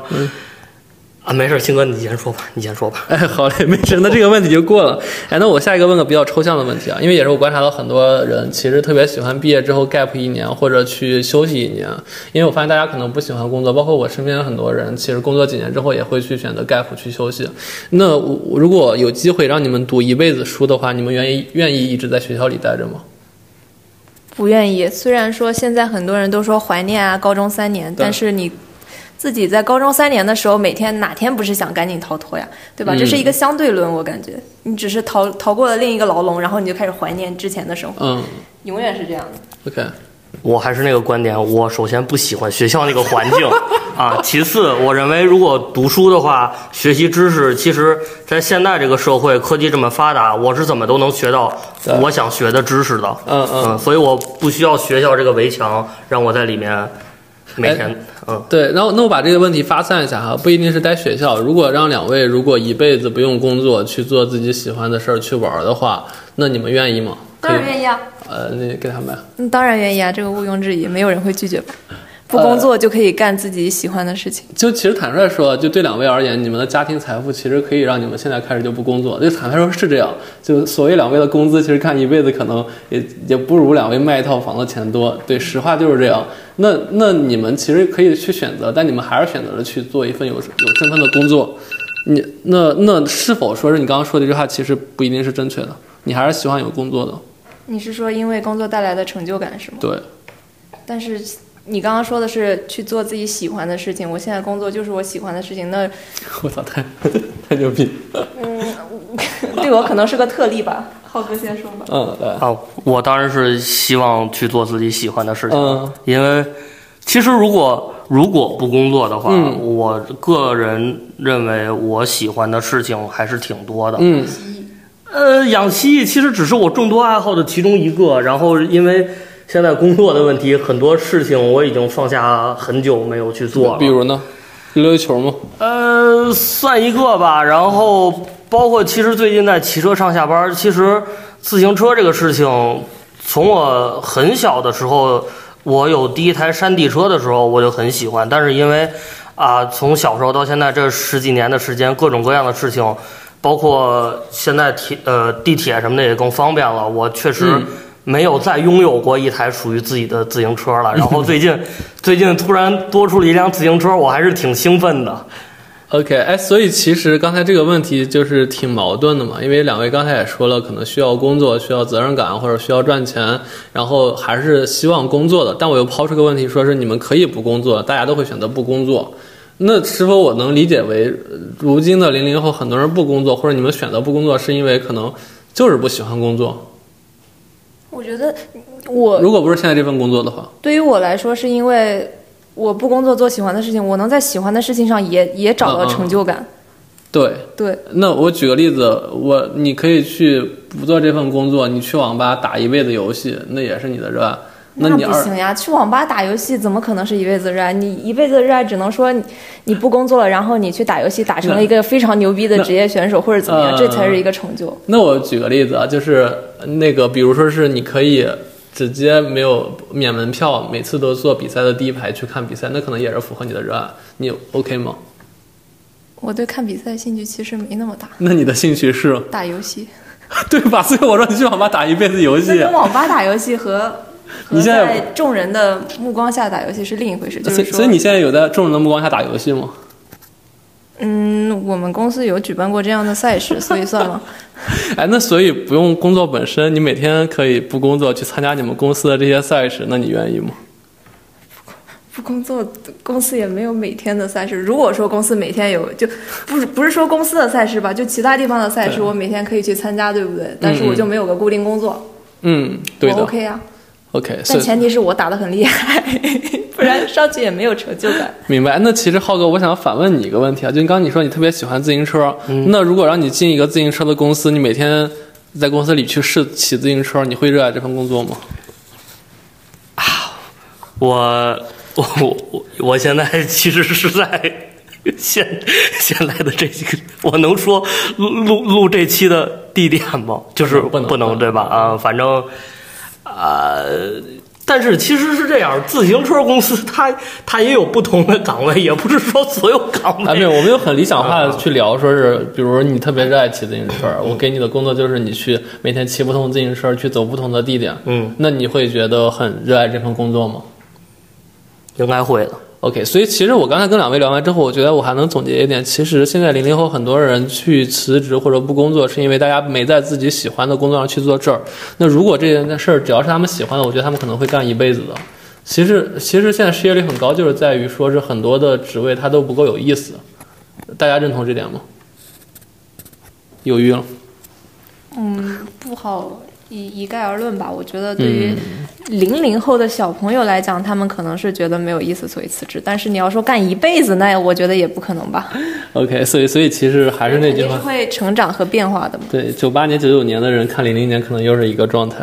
Speaker 3: 啊，没事，鑫哥你先说吧，你先说吧。
Speaker 2: 哎， 好嘞，没事，那这个问题就过了。哎，那我下一个问个比较抽象的问题啊，因为也是我观察到很多人其实特别喜欢毕业之后 gap 一年或者去休息一年，因为我发现大家可能不喜欢工作，包括我身边很多人，其实工作几年之后也会去选择 gap 去休息。那我我如果有机会让你们读一辈子书的话，你们愿意愿意一直在学校里待着吗？
Speaker 4: 不愿意。虽然说现在很多人都说怀念啊高中三年，
Speaker 2: 对
Speaker 4: 但是你自己在高中三年的时候，每天哪天不是想赶紧逃脱呀？对吧？
Speaker 2: 嗯
Speaker 4: 这是一个相对论，我感觉你只是逃逃过了另一个牢笼，然后你就开始怀念之前的生活，
Speaker 2: 嗯
Speaker 4: 永远是这样的。
Speaker 2: ，OK，
Speaker 3: 我还是那个观点，我首先不喜欢学校那个环 境啊。其次，我认为如果读书的话，学习知识，其实在现在这个社会，科技这么发达，我是怎么都能学到
Speaker 2: 对
Speaker 3: 我想学的知识的。
Speaker 2: 嗯嗯
Speaker 3: 所以我不需要学校这个围墙让我在里面每天、
Speaker 2: 哎
Speaker 3: 嗯。
Speaker 2: 对，然后那我把这个问题发散一下哈，不一定是待学校。如果让两位如果一辈子不用工作去做自己喜欢的事儿去玩儿的话，那你们愿意吗？
Speaker 4: 当然
Speaker 2: 可以
Speaker 4: 愿意啊，
Speaker 2: 呃，那给他们。
Speaker 4: 嗯，当然愿意啊，这个毋庸置疑，没有人会拒绝吧？不工作就可以干自己喜欢的事情。
Speaker 2: 就其实坦率说，就对两位而言，你们的家庭财富其实可以让你们现在开始就不工作。就坦率说是这样，就所谓两位的工资，其实看一辈子可能也也不如两位卖一套房的钱多。对，实话就是这样。那那你们其实可以去选择，但你们还是选择了去做一份有有身份的工作。你那那是否说是你刚刚说的这句话其实不一定是正确的？你还是喜欢有工作的，
Speaker 4: 你是说因为工作带来的成就感是吗？
Speaker 2: 对。
Speaker 4: 但是你刚刚说的是去做自己喜欢的事情，我现在工作就是我喜欢的事情， 那
Speaker 2: 我操，太太牛逼！
Speaker 4: 对我可能是个特例吧。浩哥先说吧。
Speaker 2: 嗯，来，
Speaker 3: 啊，我当然是希望去做自己喜欢的事情，
Speaker 2: 嗯
Speaker 3: 因为其实如果如果不工作的话，
Speaker 2: 嗯
Speaker 3: 我个人认为我喜欢的事情还是挺多的。
Speaker 2: 嗯
Speaker 3: 呃，养蜥蜴其实只是我众多爱好的其中一个，然后因为现在工作的问题，很多事情我已经放下很久没有去做了，
Speaker 2: 比如呢，溜溜球吗？
Speaker 3: 呃，算一个吧，然后包括其实最近在骑车上下班，其实自行车这个事情，从我很小的时候，我有第一台山地车的时候，我就很喜欢。但是因为啊、从小时候到现在这十几年的时间，各种各样的事情，包括现在铁呃地铁什么的也更方便了，我确实
Speaker 2: 嗯
Speaker 3: 没有再拥有过一台属于自己的自行车了。然后最近最近突然多出了一辆自行车，我还是挺兴奋的。
Speaker 2: OK，哎，所以其实刚才这个问题就是挺矛盾的嘛，因为两位刚才也说了，可能需要工作、需要责任感或者需要赚钱，然后还是希望工作的。但我又抛出个问题，说是你们可以不工作，大家都会选择不工作。那是否我能理解为，呃如今的零零后很多人不工作，或者你们选择不工作，是因为可能就是不喜欢工作？
Speaker 4: 我觉得我
Speaker 2: 如果不是现在这份工作的话，
Speaker 4: 对于我来说，是因为我不工作做喜欢的事情，我能在喜欢的事情上也也找到
Speaker 2: 嗯嗯
Speaker 4: 成就感。
Speaker 2: 对，
Speaker 4: 对，
Speaker 2: 那我举个例子，我你可以去不做这份工作，你去网吧打一辈子游戏，那也是你的热爱。那你
Speaker 4: 不
Speaker 2: 二
Speaker 4: 行呀，去网吧打游戏怎么可能是一辈子热爱？你一辈子热爱只能说你你不工作了，然后你去打游戏，打成了一个非常牛逼的
Speaker 2: 那
Speaker 4: 职业选手或者怎么样，
Speaker 2: 呃
Speaker 4: 这才是一个成就。
Speaker 2: 那我举个例子啊，就是那个，比如说是你可以直接没有免门票，每次都坐比赛的第一排去看比赛，那可能也是符合你的热爱，你 OK 吗？
Speaker 4: 我对看比赛兴趣其实没那么大，
Speaker 2: 那你的兴趣是
Speaker 4: 打游戏。
Speaker 2: 对吧？所以我说你去网吧打一辈子游
Speaker 4: 那
Speaker 2: 戏
Speaker 4: 跟，网吧打游 戏和和
Speaker 2: 你现在
Speaker 4: 在众人的目光下打游戏是另一回事，就
Speaker 2: 所以
Speaker 4: 是
Speaker 2: 所以你
Speaker 4: 说，
Speaker 2: 现在有在众人的目光下打游戏吗？
Speaker 4: 嗯，我们公司有举办过这样的赛事，所以算吗？
Speaker 2: 哎，那所以不用工作本身，你每天可以不工作去参加你们公司的这些赛事，那你愿意吗？
Speaker 4: 不工作，公司也没有每天的赛事。如果说公司每天有，就不是不是说公司的赛事吧，就其他地方的赛事，我每天可以去参加，对不对？但是我就没有个固定工作，
Speaker 2: 嗯，对的。
Speaker 4: 我 OK 啊。
Speaker 2: OK，所
Speaker 4: 但
Speaker 2: 以
Speaker 4: 前提是我打得很厉害， 不然上去也没有成就感。
Speaker 2: 明白。哎那其实浩哥，我想反问你一个问题啊，就你刚刚你说你特别喜欢自行车，那如果让你进一个自行车的公司，你每天在公司里去试骑自行车，你会热爱这份工作吗？
Speaker 3: 我我我我现在其实是在 现现在的这几个，我能说录录录这期的地点吗？就是
Speaker 2: 不能
Speaker 3: 不
Speaker 2: 不
Speaker 3: 能
Speaker 2: 能
Speaker 3: 对吧？啊，反正啊。但是其实是这样，自行车公司它它也有不同的岗位，也不是说所有岗位。
Speaker 2: 啊，没有，我们有很理想化的去聊，说是，比如你特别热爱骑自行车，我给你的工作就是你去每天骑不同自行车，去走不同的地点，
Speaker 3: 嗯，
Speaker 2: 那你会觉得很热爱这份工作吗？
Speaker 3: 应该会的。
Speaker 2: OK，所以其实我刚才跟两位聊完之后，我觉得我还能总结一点，其实现在零零后很多人去辞职或者不工作，是因为大家没在自己喜欢的工作上去做事儿。那如果这件事儿只要是他们喜欢的，我觉得他们可能会干一辈子的。其实，其实现在失业率很高，就是在于说是很多的职位它都不够有意思。大家认同这点吗？犹豫了。
Speaker 4: 嗯，不好一一概而论吧。我觉得对于
Speaker 2: 嗯
Speaker 4: 零零后的小朋友来讲，他们可能是觉得没有意思，所以辞职。但是你要说干一辈子，那我觉得也不可能吧。
Speaker 2: OK，所以所以其实还是那
Speaker 4: 肯
Speaker 2: 句
Speaker 4: 定是
Speaker 2: 话，
Speaker 4: 哎会成长和变化的嘛。
Speaker 2: 对，九八年、九九年的人看零零年可能又是一个状态，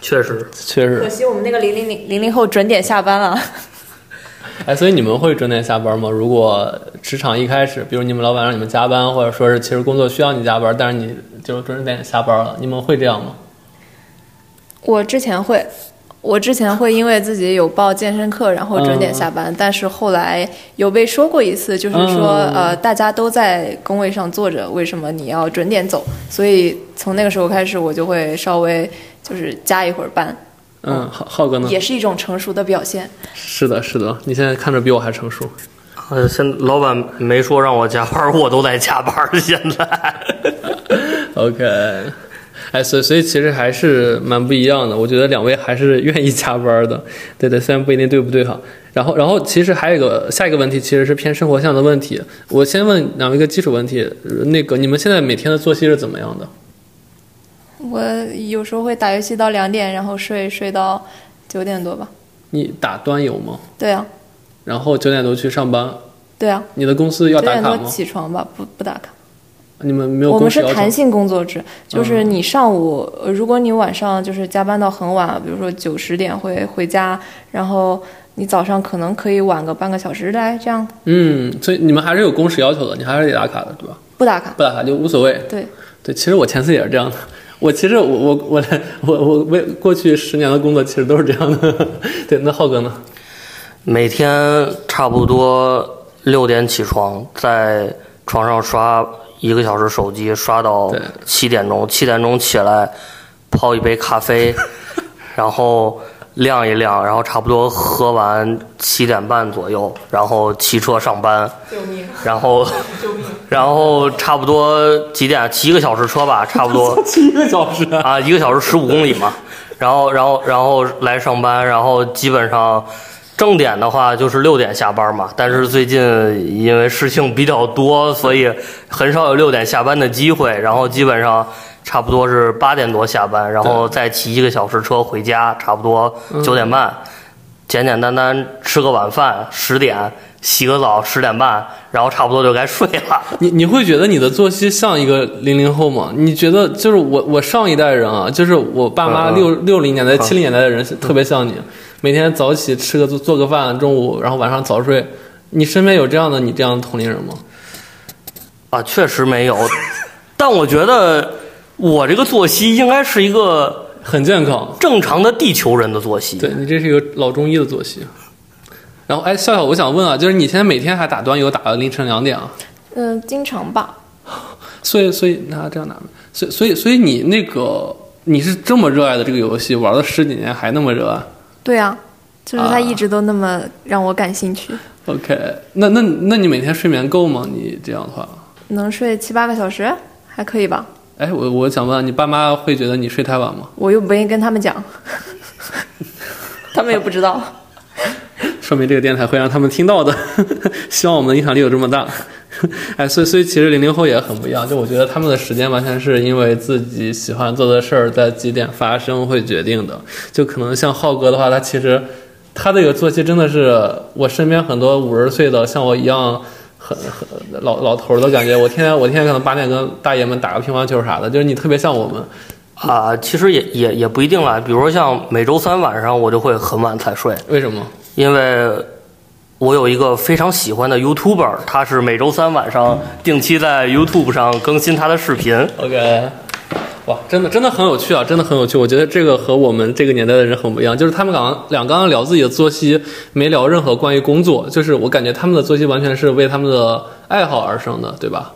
Speaker 3: 确实，
Speaker 2: 确实
Speaker 4: 可。惜我们那个零零零零零后准点下班了。
Speaker 2: 哎，所以你们会准点下班吗？如果职场一开始，比如你们老板让你们加班，或者说是其实工作需要你加班，但是你就准点下班了，你们会这样吗？
Speaker 4: 我之前会，我之前会因为自己有报健身课，然后准点下班。但是后来有被说过一次，就是说、
Speaker 2: 嗯
Speaker 4: 呃，大家都在工位上坐着，为什么你要准点走？所以从那个时候开始，我就会稍微就是加一会儿班，
Speaker 2: 嗯，浩浩哥呢？
Speaker 4: 也是一种成熟的表现。
Speaker 2: 是的，是的，你现在看着比我还成熟。
Speaker 3: 呃，现在老板没说让我加班，我都在加班。现在，
Speaker 2: OK，哎，所以所以其实还是蛮不一样的。我觉得两位还是愿意加班的，对对，虽然不一定对不对哈。然后然后其实还有一个下一个问题，其实是偏生活向的问题。我先问两位一个基础问题，呃那个你们现在每天的作息是怎么样的？
Speaker 4: 我有时候会打游戏到两点，然后睡睡到九点多吧。
Speaker 2: 你打端游吗？
Speaker 4: 对啊，
Speaker 2: 然后九点多去上班。
Speaker 4: 对啊，
Speaker 2: 你的公司要
Speaker 4: 九
Speaker 2: 打
Speaker 4: 点
Speaker 2: 卡
Speaker 4: 多
Speaker 2: 吗？
Speaker 4: 起床吧，不不打卡。
Speaker 2: 你们没有
Speaker 4: 我
Speaker 2: 呃公
Speaker 4: 们
Speaker 2: 司
Speaker 4: 是
Speaker 2: 要
Speaker 4: 弹
Speaker 2: 求？嗯
Speaker 4: 性工作制，就是你上午，呃如果你晚上就是加班到很晚，比如说九十点会回家，然后你早上可能可以晚个半个小时来这样。
Speaker 2: 嗯，所以你们还是有工时要求的，你还是得打卡的，对吧？
Speaker 4: 不打卡。
Speaker 2: 不打卡就无所谓。
Speaker 4: 对，
Speaker 2: 对，其实我前司也是这样的。 我其实我我我来我我为过去十年的工作其实都是这样的。 对，那浩哥呢？
Speaker 3: 每天差不多六点起床，在床上刷一个小时手机，刷到
Speaker 2: 对
Speaker 3: 七点钟。七点钟起来泡一杯咖啡，然后晾一晾，然后差不多喝完七点半左右，然后骑车上班。
Speaker 5: 救命！
Speaker 3: 然后，然后差不多几点？骑一个小时车吧，差 不多。
Speaker 2: 七个小时啊！
Speaker 3: 啊，一个小时十五公里嘛，然后然后然后来上班，然后基本上正点的话就是六点下班嘛，但是最近因为事情比较多，所以很少有六点下班的机会，然后基本上。差不多是八点多下班，然后再骑一个小时车回家，差不多九点半，简简单单吃个晚饭，十点洗个澡，十点半，然后差不多就该睡了。
Speaker 2: 你你会觉得你的作息像一个零零后吗？你觉得就是我我上一代人啊，就是我爸妈
Speaker 3: 嗯嗯嗯
Speaker 2: 六六零年代、七零年代的人是特别像你，每天早起吃个做做个饭，中午然后晚上早睡。你身边有这样的你这样的同龄人吗？
Speaker 3: 啊，确实没有，但我觉得我这个作息应该是一个
Speaker 2: 很健康，
Speaker 3: 正常的地球人的作息。
Speaker 2: 对你这是一个老中医的作息。然后哎，笑笑，我想问啊，就是你现在每天还打端游打到凌晨两点啊？
Speaker 4: 嗯、经常吧。
Speaker 2: 所以所以那这样拿呗，所以所以所以你那个你是这么热爱的这个游戏，玩了十几年还那么热爱
Speaker 4: 对啊，就是
Speaker 2: 啊
Speaker 4: 他一直都那么让我感兴趣，
Speaker 2: ？OK，那那那你每天睡眠够吗？你这样的话，
Speaker 4: 能睡七八个小时，还可以吧。
Speaker 2: 哎，我我想问，你爸妈会觉得你睡太晚吗？
Speaker 4: 我又不愿意跟他 们讲，他们也不知道。
Speaker 2: 说明这个电台会让他们听到的。 希望我们的影响力有这么大。 哎，所以所以其实零零后也很不一样，就我觉得他们的时间完全是因为自己喜欢做的事儿在几点发生会决定的。就可能像浩哥的话，他其实他这个作息真的是我身边很多五十岁的像我一样。很很老老头儿的感觉，我天天我天天可能八点跟大爷们打个乒乓球啥的，就是你特别像我们，
Speaker 3: 啊，其实也也也不一定啦。比如说像每周三晚上我就会很晚才睡，
Speaker 2: 为什么？
Speaker 3: 因为我有一个非常喜欢的 YouTuber，他是每周三晚上定期在 YouTube 上更新他的视频。
Speaker 2: OK，哇，真的真的很有趣啊，真的很有趣。我觉得这个和我们这个年代的人很不一样，就是他们刚刚俩刚刚聊自己的作息，没聊任何关于工作，就是我感觉他们的作息完全是为他们的爱好而生的，对吧？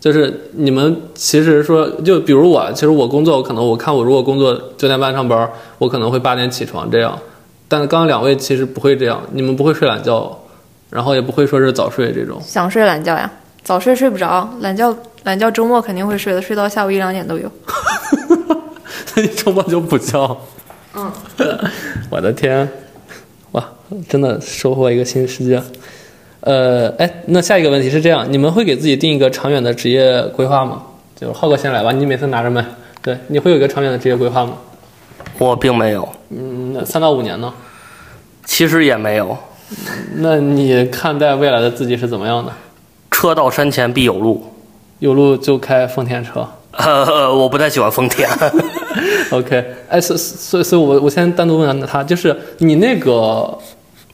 Speaker 2: 就是你们其实说，就比如我，其实我工作，可能我看我如果工作九点半上班，我可能会八点起床这样。但刚刚两位其实不会这样，你们不会睡懒觉，然后也不会说是早睡这种。
Speaker 4: 想睡懒觉呀，早睡睡不着，懒觉懒觉周末肯定会睡的，睡到下午一两点都有。
Speaker 2: 那你周末就补觉。嗯， 我的天，哇，真的收获一个新世界。呃，哎，那下一个问题是这样：你们会给自己定一个长远的职业规划吗？就是浩哥先来吧，你每次拿着麦，对，你会有一个长远的职业规划吗？
Speaker 3: 我并没有，
Speaker 2: 嗯，那三到五年呢？
Speaker 3: 其实也没有。
Speaker 2: 那你看待未来的自己是怎么样的？
Speaker 3: 车到山前必有路。
Speaker 2: 有路就开丰田车。
Speaker 3: 呃，我不太喜欢丰田。
Speaker 2: OK，哎，所所以所以，我我先单独问他，就是你那个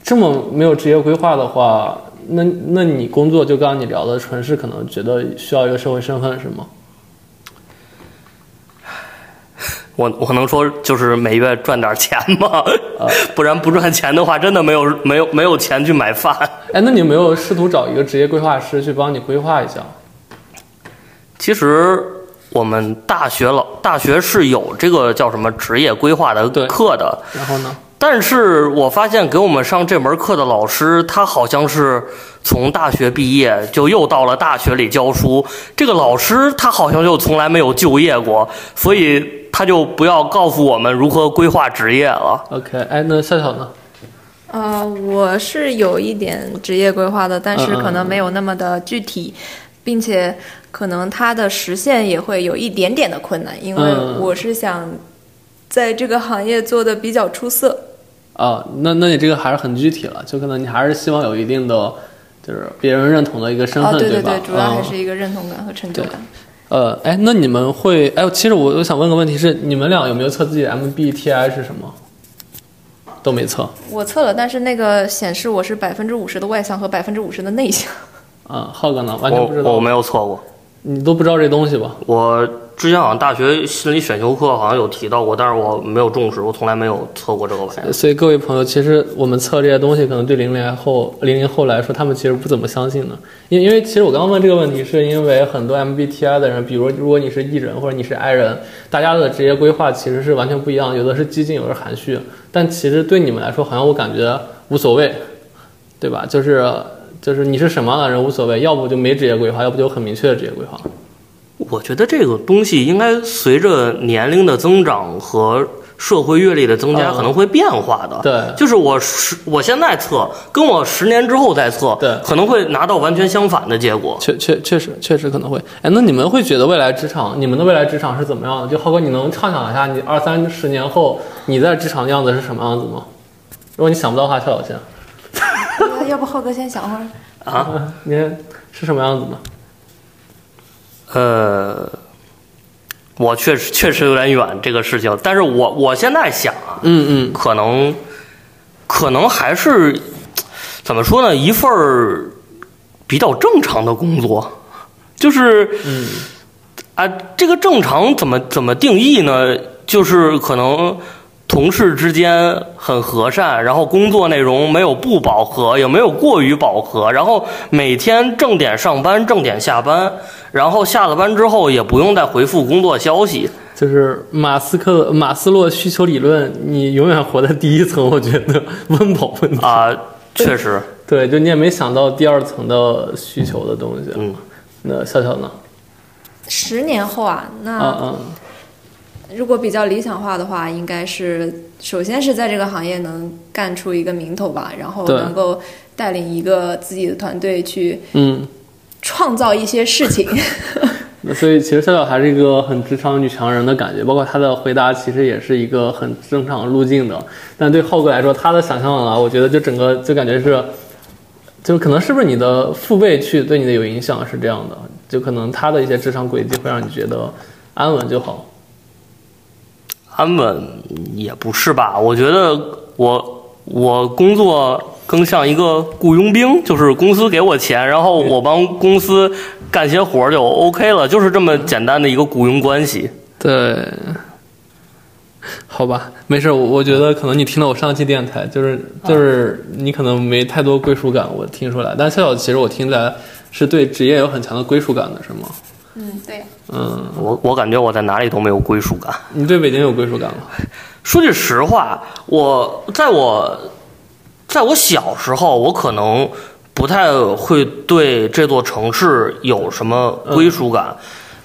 Speaker 2: 这么没有职业规划的话，那那你工作就刚刚你聊的，纯是可能觉得需要一个社会身份是吗？
Speaker 3: 我我能说就是每月赚点钱吗？
Speaker 2: 啊
Speaker 3: 不然不赚钱的话，真的没有没有没有钱去买饭。
Speaker 2: 哎，那你有没有试图找一个职业规划师去帮你规划一下？
Speaker 3: 其实我们大学老大学是有这个叫什么职业规划的
Speaker 2: 对
Speaker 3: 课的，
Speaker 2: 然后呢？
Speaker 3: 但是我发现给我们上这门课的老师，他好像是从大学毕业就又到了大学里教书。这个老师他好像就从来没有就业过，所以他就不要告诉我们如何规划职业了。
Speaker 2: OK，哎，那笑笑呢？
Speaker 4: 呃，我是有一点职业规划的，但是
Speaker 2: 嗯嗯
Speaker 4: 可能没有那么的具体，并且可能它的实现也会有一点点的困难，因为
Speaker 2: 嗯
Speaker 4: 我是想在这个行业做的比较出色。
Speaker 2: 啊，那那你这个还是很具体了，就可能你还是希望有一定的，就是别人认同的一个身份，
Speaker 4: 啊，对
Speaker 2: 吧？
Speaker 4: 对，主要还
Speaker 2: 嗯
Speaker 4: 是一个认同感和成就
Speaker 2: 对
Speaker 4: 感。
Speaker 2: 呃，哎，那你们会哎，其实我我想问个问题是，你们俩有没有测自己的 MBTI 是什么？都没测
Speaker 4: 我测了，但是那个显 示我是百分之五十的外向和百分之五十的内向。
Speaker 2: 啊，浩哥呢，完全
Speaker 3: 我
Speaker 2: 不知
Speaker 3: 我
Speaker 2: 道。
Speaker 3: 没有错过，
Speaker 2: 你都不知道这东西吧？
Speaker 3: 我之前好像大学心理选修课好像有提到过，但是我没有重视，我从来没有测过这个玩意儿。
Speaker 2: 所以各位朋友，其实我们测这些东西，可能对零零后、零零后来说，他们其实不怎么相信的。因因为其实我刚刚问这个问题，是因为很多 MBTI 的人，比如如果你是 E 人或者你是 I 人，大家的职业规划其实是完全不一样，有的是激进，有的是含蓄。但其实对你们来说，好像我感觉无所谓，对吧？就是就是你是什么样的人无所谓，要不就没职业规划，要不就有很明确的职业规划。
Speaker 3: 我觉得这个东西应该随着年龄的增长和社会阅历的增加，
Speaker 2: 嗯
Speaker 3: 可能会变化的。
Speaker 2: 对
Speaker 3: 就是我十我现在测，跟我十年之后再测，
Speaker 2: 对
Speaker 3: 可能会拿到完全相反的结果。
Speaker 2: 确确确实确实可能会。哎，那你们会觉得未来职场，你们的未来职场是怎么样的？就浩哥，你能畅想一下，你二三十年后你在职场的样子是什么样子吗？如果你想不到的话，跳脚先。
Speaker 4: 啊要不浩哥先想会儿。
Speaker 3: 啊，
Speaker 2: 啊，你是什么样子呢？
Speaker 3: 呃，我确实确实有点远这个事情，但是我我现在想啊，
Speaker 2: 嗯
Speaker 3: 可能可能还是怎么说呢，一份儿比较正常的工作，就是
Speaker 2: 嗯
Speaker 3: 啊，这个正常怎么怎么定义呢？就是可能同事之间很和善，然后工作内容没有不饱和，也没有过于饱和，然后每天正点上班，正点下班，然后下了班之后也不用再回复工作消息。
Speaker 2: 嗯，就是马斯克马斯洛需求理论，你永远活在第一层，我觉得温饱问题。
Speaker 3: 啊，确实，
Speaker 2: 对，就你也没想到第二层的需求的东西。啊
Speaker 3: 嗯，
Speaker 2: 那笑笑呢？
Speaker 4: 十年后啊，
Speaker 2: 啊
Speaker 4: 那
Speaker 2: 啊，
Speaker 4: 如果比较理想化的话，应该是首先是在这个行业能干出一个名头吧，然后
Speaker 2: 对
Speaker 4: 能够带领一个自己的团队去
Speaker 2: 嗯。
Speaker 4: 创造一些事情。
Speaker 2: 那所以其实笑笑还是一个很职场女强人的感觉，包括她的回答其实也是一个很正常路径的。但对浩哥来说，他的想象啊，我觉得就整个就感觉是，就是可能是不是你的父辈去对你的有影响是这样的，就可能他的一些职场轨迹会让你觉得安稳就好。
Speaker 3: 安稳也不是吧？我觉得我我工作更像一个雇佣兵，就是公司给我钱，然后我帮公司干些活儿就 OK 了，就是这么简单的一个雇佣关系。
Speaker 2: 对，好吧，没事，我我觉得可能你听了我上期电台，就是就是你可能没太多归属感，我听出来。但笑笑其实我听起来是对职业有很强的归属感的，是吗？
Speaker 4: 嗯，对。
Speaker 2: 嗯，
Speaker 3: 我我感觉我在哪里都没有归属感。
Speaker 2: 你对北京有归属感吗？
Speaker 3: 说句实话，我在我在我小时候，我可能不太会对这座城市有什么归属感。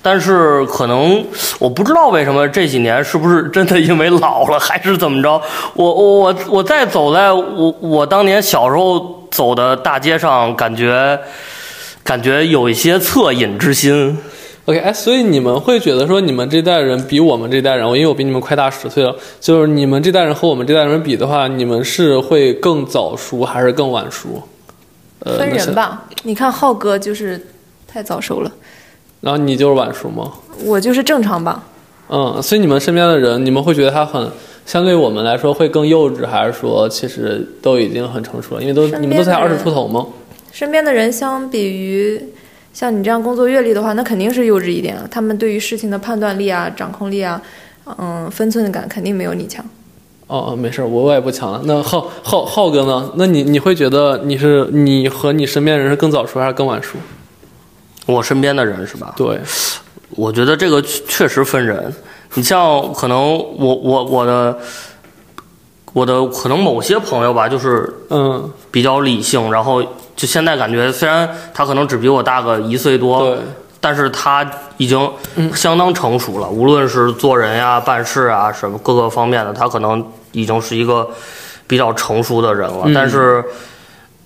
Speaker 3: 但是可能我不知道为什么这几年是不是真的因为老了还是怎么着？我我我我再走在我我当年小时候走的大街上，感觉感觉有一些恻隐之心。
Speaker 2: OK，哎，所以你们会觉得说你们这代人比我们这代人，因为我比你们快大十岁了，就是你们这代人和我们这代人比的话，你们是会更早熟还是更晚熟？呃，
Speaker 4: 分
Speaker 2: 那是
Speaker 4: 人。吧。你看浩哥就是太早熟了，
Speaker 2: 然后你就是晚熟吗？
Speaker 4: 我就是正常吧。
Speaker 2: 嗯，所以你们身边的人，你们会觉得他很相对我们来说会更幼稚，还是说其实都已经很成熟了？因为都
Speaker 4: 身边
Speaker 2: 你们都才
Speaker 4: 的
Speaker 2: 二
Speaker 4: 人
Speaker 2: 十出头吗？
Speaker 4: 身边的人相比于像你这样工作阅历的话，那肯定是幼稚一点啊。他们对于事情的判断力啊、掌控力啊，嗯，分寸感肯定没有你强。
Speaker 2: 哦，哦，没事儿，我我也不抢了。那浩浩浩哥呢？那你你会觉得你是你和你身边人是更早熟还是更晚熟？
Speaker 3: 我身边的人是吧？
Speaker 2: 对，
Speaker 3: 我觉得这个确确实分人。你像可能我我我的我的可能某些朋友吧，就是
Speaker 2: 嗯，
Speaker 3: 比较理性，然后就现在感觉虽然他可能只比我大个一岁多
Speaker 2: 对，，
Speaker 3: 但是他已经相当成熟了，无论是做人呀、办事啊什么各个方面的，他可能已经是一个比较成熟的人了。
Speaker 2: 嗯
Speaker 3: 但是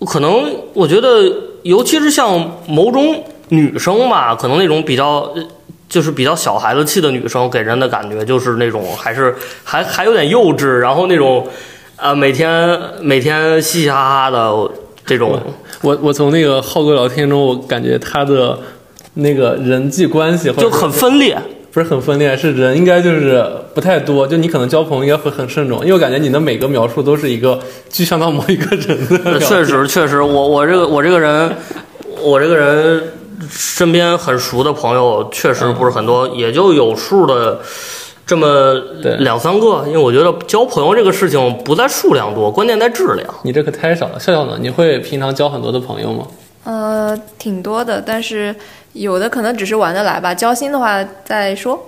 Speaker 3: 可能我觉得，尤其是像某种女生吧，可能那种比较。就是比较小孩子气的女生，给人的感觉就是那种还是还还有点幼稚，然后那种，啊，每天每天嘻嘻哈哈的这种，
Speaker 2: 我我从那个浩哥聊天中，我感觉他的那个人际关系或
Speaker 3: 就
Speaker 2: 者
Speaker 3: 很分裂。
Speaker 2: 不是很分裂，是人应该就是不太多，就你可能交朋友应该会很慎重，因为我感觉你的每个描述都是一个具象到某一个人的描
Speaker 3: 呃
Speaker 2: 述。
Speaker 3: 确实，确实，我我这个我这个人，我这个人身边很熟的朋友确实不是很多，也就有数的这么
Speaker 2: 嗯对
Speaker 3: 两三个。因为我觉得交朋友这个事情不在数量多，关键在质量。
Speaker 2: 你这可太少了。笑笑呢？你会平常交很多的朋友吗？
Speaker 4: 呃，挺多的，但是有的可能只是玩得来吧，交心的话再说。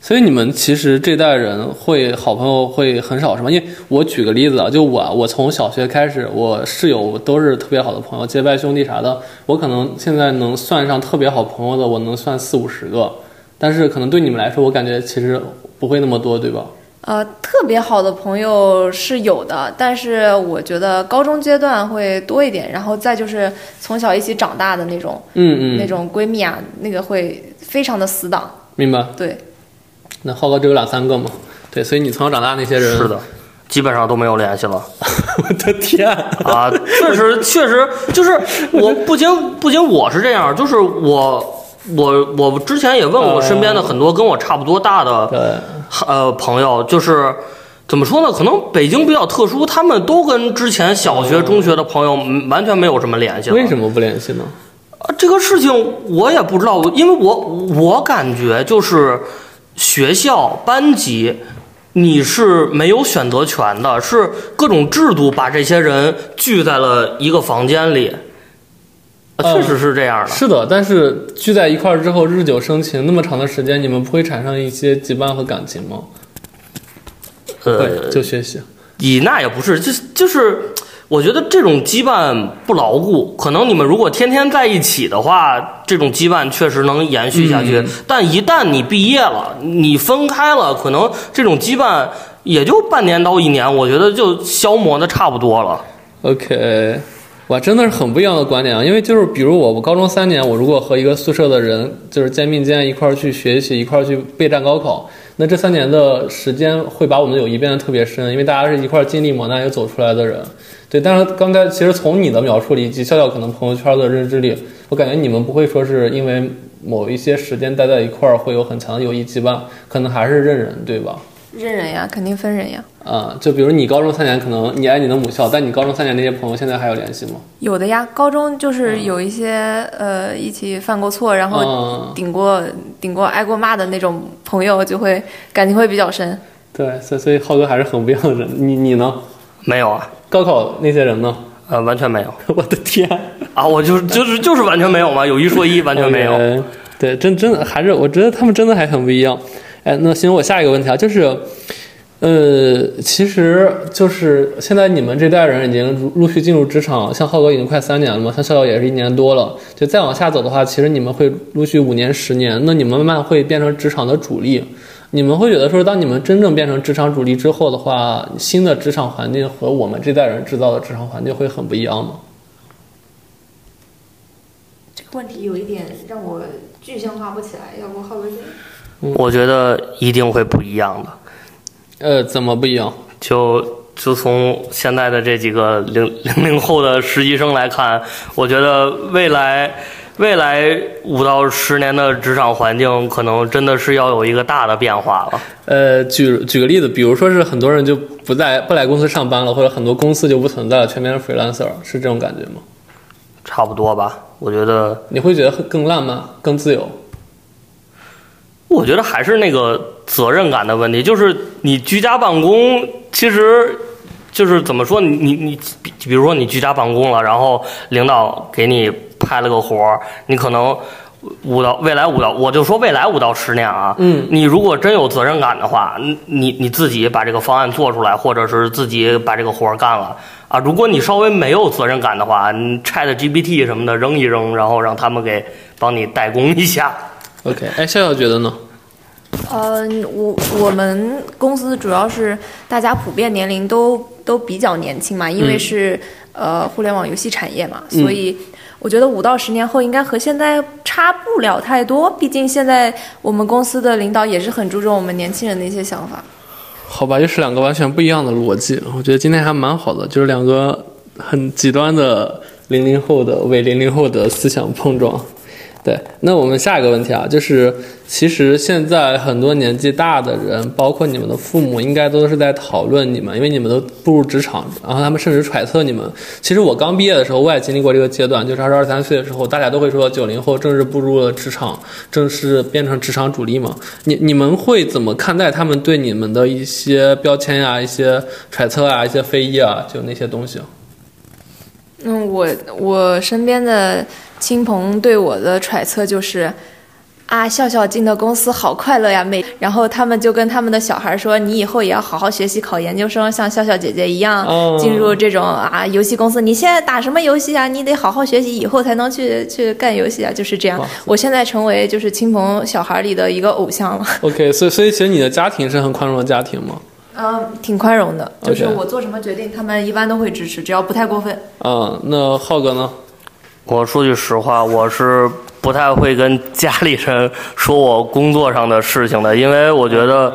Speaker 2: 所以你们其实这代人会好朋友会很少是吗？因为我举个例子啊，就我啊我从小学开始，我室友都是特别好的朋友，结拜兄弟啥的，我可能现在能算上特别好朋友的，我能算四五十个，但是可能对你们来说，我感觉其实不会那么多，对吧？
Speaker 4: 呃，特别好的朋友是有的，但是我觉得高中阶段会多一点，然后再就是从小一起长大的那种、
Speaker 2: 嗯
Speaker 4: 那
Speaker 2: 嗯，
Speaker 4: 种闺蜜啊，那个会非常的死党。
Speaker 2: 明白。
Speaker 4: 对，
Speaker 2: 那浩哥只有两三个嘛？对，所以你从小长大那些人，
Speaker 3: 是，的，基本上都没有联系了。
Speaker 2: 我的天，
Speaker 3: 啊，确实确实就是我不仅不仅我是这样，就是我我我之前也问过身边的很多跟我差不多大的
Speaker 2: 嗯对，
Speaker 3: 呃朋友，就是。怎么说呢？可能北京比较特殊，他们都跟之前小学、中学的朋友嗯完全没有什么联系
Speaker 2: 哦
Speaker 3: 了。
Speaker 2: 为什么不联系呢？
Speaker 3: 啊，这个事情我也不知道，因为我我感觉就是学校班级。你是没有选择权的，是各种制度把这些人聚在了一个房间里，啊确实是这样的。
Speaker 2: 嗯是的，但是聚在一块儿之后，日久生情，那么长的时间，你们不会产生一些羁绊和感情吗？
Speaker 3: 呃
Speaker 2: 会，，就学习。
Speaker 3: 以那也不是，就是就是，我觉得这种羁绊不牢固，可能你们如果天天在一起的话，这种羁绊确实能延续下去。
Speaker 2: 嗯
Speaker 3: 但一旦你毕业了，你分开了，可能这种羁绊也就半年到一年，我觉得就消磨的差不多了。
Speaker 2: OK，哇，真的是很不一样的观点啊！因为就是比如我，我高中三年，我如果和一个宿舍的人就是肩并肩一块儿去学习，一块儿去备战高考，那这三年的时间会把我们的友谊变得特别深，因为大家是一块儿经历磨难又走出来的人。对，但是刚才其实从你的描述里以及笑笑可能朋友圈的认知里，我感觉你们不会说是因为某一些时间待在一块儿会有很强的友谊羁绊，可能还是认人，对吧？
Speaker 4: 认人呀，肯定分人呀，
Speaker 2: 啊，就比如你高中三年，可能你爱你的母校，但你高中三年那些朋友现在还有联系吗？
Speaker 4: 有的呀。高中就是有一些、呃一起犯过错，然后
Speaker 2: 嗯，
Speaker 4: 顶过、顶过挨过骂的那种朋友，就会感情会比较深。
Speaker 2: 对，所以所以浩哥还是很不一样的人。你你呢？
Speaker 3: 没有啊，
Speaker 2: 高考那些人呢？
Speaker 3: 呃，完全没有
Speaker 2: 我的天，
Speaker 3: 啊，我就是就是就是完全没有嘛，有一说一，完全没有。
Speaker 2: 哎。对，真真的还是我觉得他们真的还很不一样。哎，那行，我下一个问题啊，就是，呃，其实就是现在你们这代人已经陆陆续进入职场，像浩哥已经快三年了嘛，像笑笑也是一年多了。就再往下走的话，其实你们会陆续五年、十年，那你们慢慢会变成职场的主力。你们会觉得说，当你们真正变成职场主力之后的话，新的职场环境和我们这代人制造的职场环境会很不一样吗？
Speaker 6: 这个问题有一点让我具象化不起来，要不浩哥先。
Speaker 3: 我觉得一定会不一样的。
Speaker 2: 呃，怎么不一样？
Speaker 3: 就就从现在的这几个零零零后的实习生来看，我觉得未来未来五到十年的职场环境，可能真的是要有一个大的变化了。
Speaker 2: 呃，举举个例子，比如说是很多人就不在不来公司上班了，或者很多公司就不存在了，全变成 freelancer，是这种感觉吗？
Speaker 3: 差不多吧，我觉得，
Speaker 2: 你会觉得很更浪漫、更自由？
Speaker 3: 我觉得还是那个责任感的问题，就是你居家办公，其实就是怎么说，你你你，比比如说你居家办公了，然后领导给你派了个活儿，你可能五到未来五到，我就说未来五到十年啊，
Speaker 2: 嗯
Speaker 3: 你如果真有责任感的话，你你你自己把这个方案做出来，或者是自己把这个活儿干了啊。如果你稍微没有责任感的话，你 Chat GPT 什么的扔一扔，然后让他们给帮你代工一下。
Speaker 2: OK，哎，笑笑觉得呢？
Speaker 4: 嗯，我我们公司主要是大家普遍年龄都都比较年轻嘛，因为
Speaker 2: 嗯
Speaker 4: 是、呃互联网游戏产业嘛，
Speaker 2: 嗯
Speaker 4: 所以我觉得五到十年后应该和现在差不了太多，毕竟现在我们公司的领导也是很注重我们年轻人的一些想法。
Speaker 2: 好吧，又是两个完全不一样的逻辑。我觉得今天还蛮好的，就是两个很极端的零零后的为零零后的思想碰撞。对，那我们下一个问题啊，就是其实现在很多年纪大的人，包括你们的父母，应该都是在讨论你们，因为你们都步入职场，然后他们甚至揣测你们。其实我刚毕业的时候，我也经历过这个阶段，就是二十二三岁的时候，大家都会说九零后正式步入了职场，正式变成职场主力嘛。你你们会怎么看待他们对你们的一些标签啊、一些揣测啊、一些非议啊，就那些东西？
Speaker 4: 嗯，我我身边的亲朋对我的揣测就是，啊，笑笑进的公司好快乐呀，每然后他们就跟他们的小孩说，你以后也要好好学习，考研究生，像笑笑姐姐一样
Speaker 2: 哦
Speaker 4: 进入这种啊游戏公司。你现在打什么游戏啊？你得好好学习，以后才能去去干游戏啊，就是这样
Speaker 2: 哇。
Speaker 4: 我现在成为就是亲朋小孩里的一个偶像了，
Speaker 2: OK，所以所以其实你的家庭是很宽容的家庭吗？
Speaker 4: 嗯，挺宽容的，就是
Speaker 2: OK
Speaker 4: 我做什么决定，他们一般都会支持，只要不太过分。
Speaker 2: 嗯，那浩哥呢？
Speaker 3: 我说句实话，我是不太会跟家里人说我工作上的事情的，因为我觉得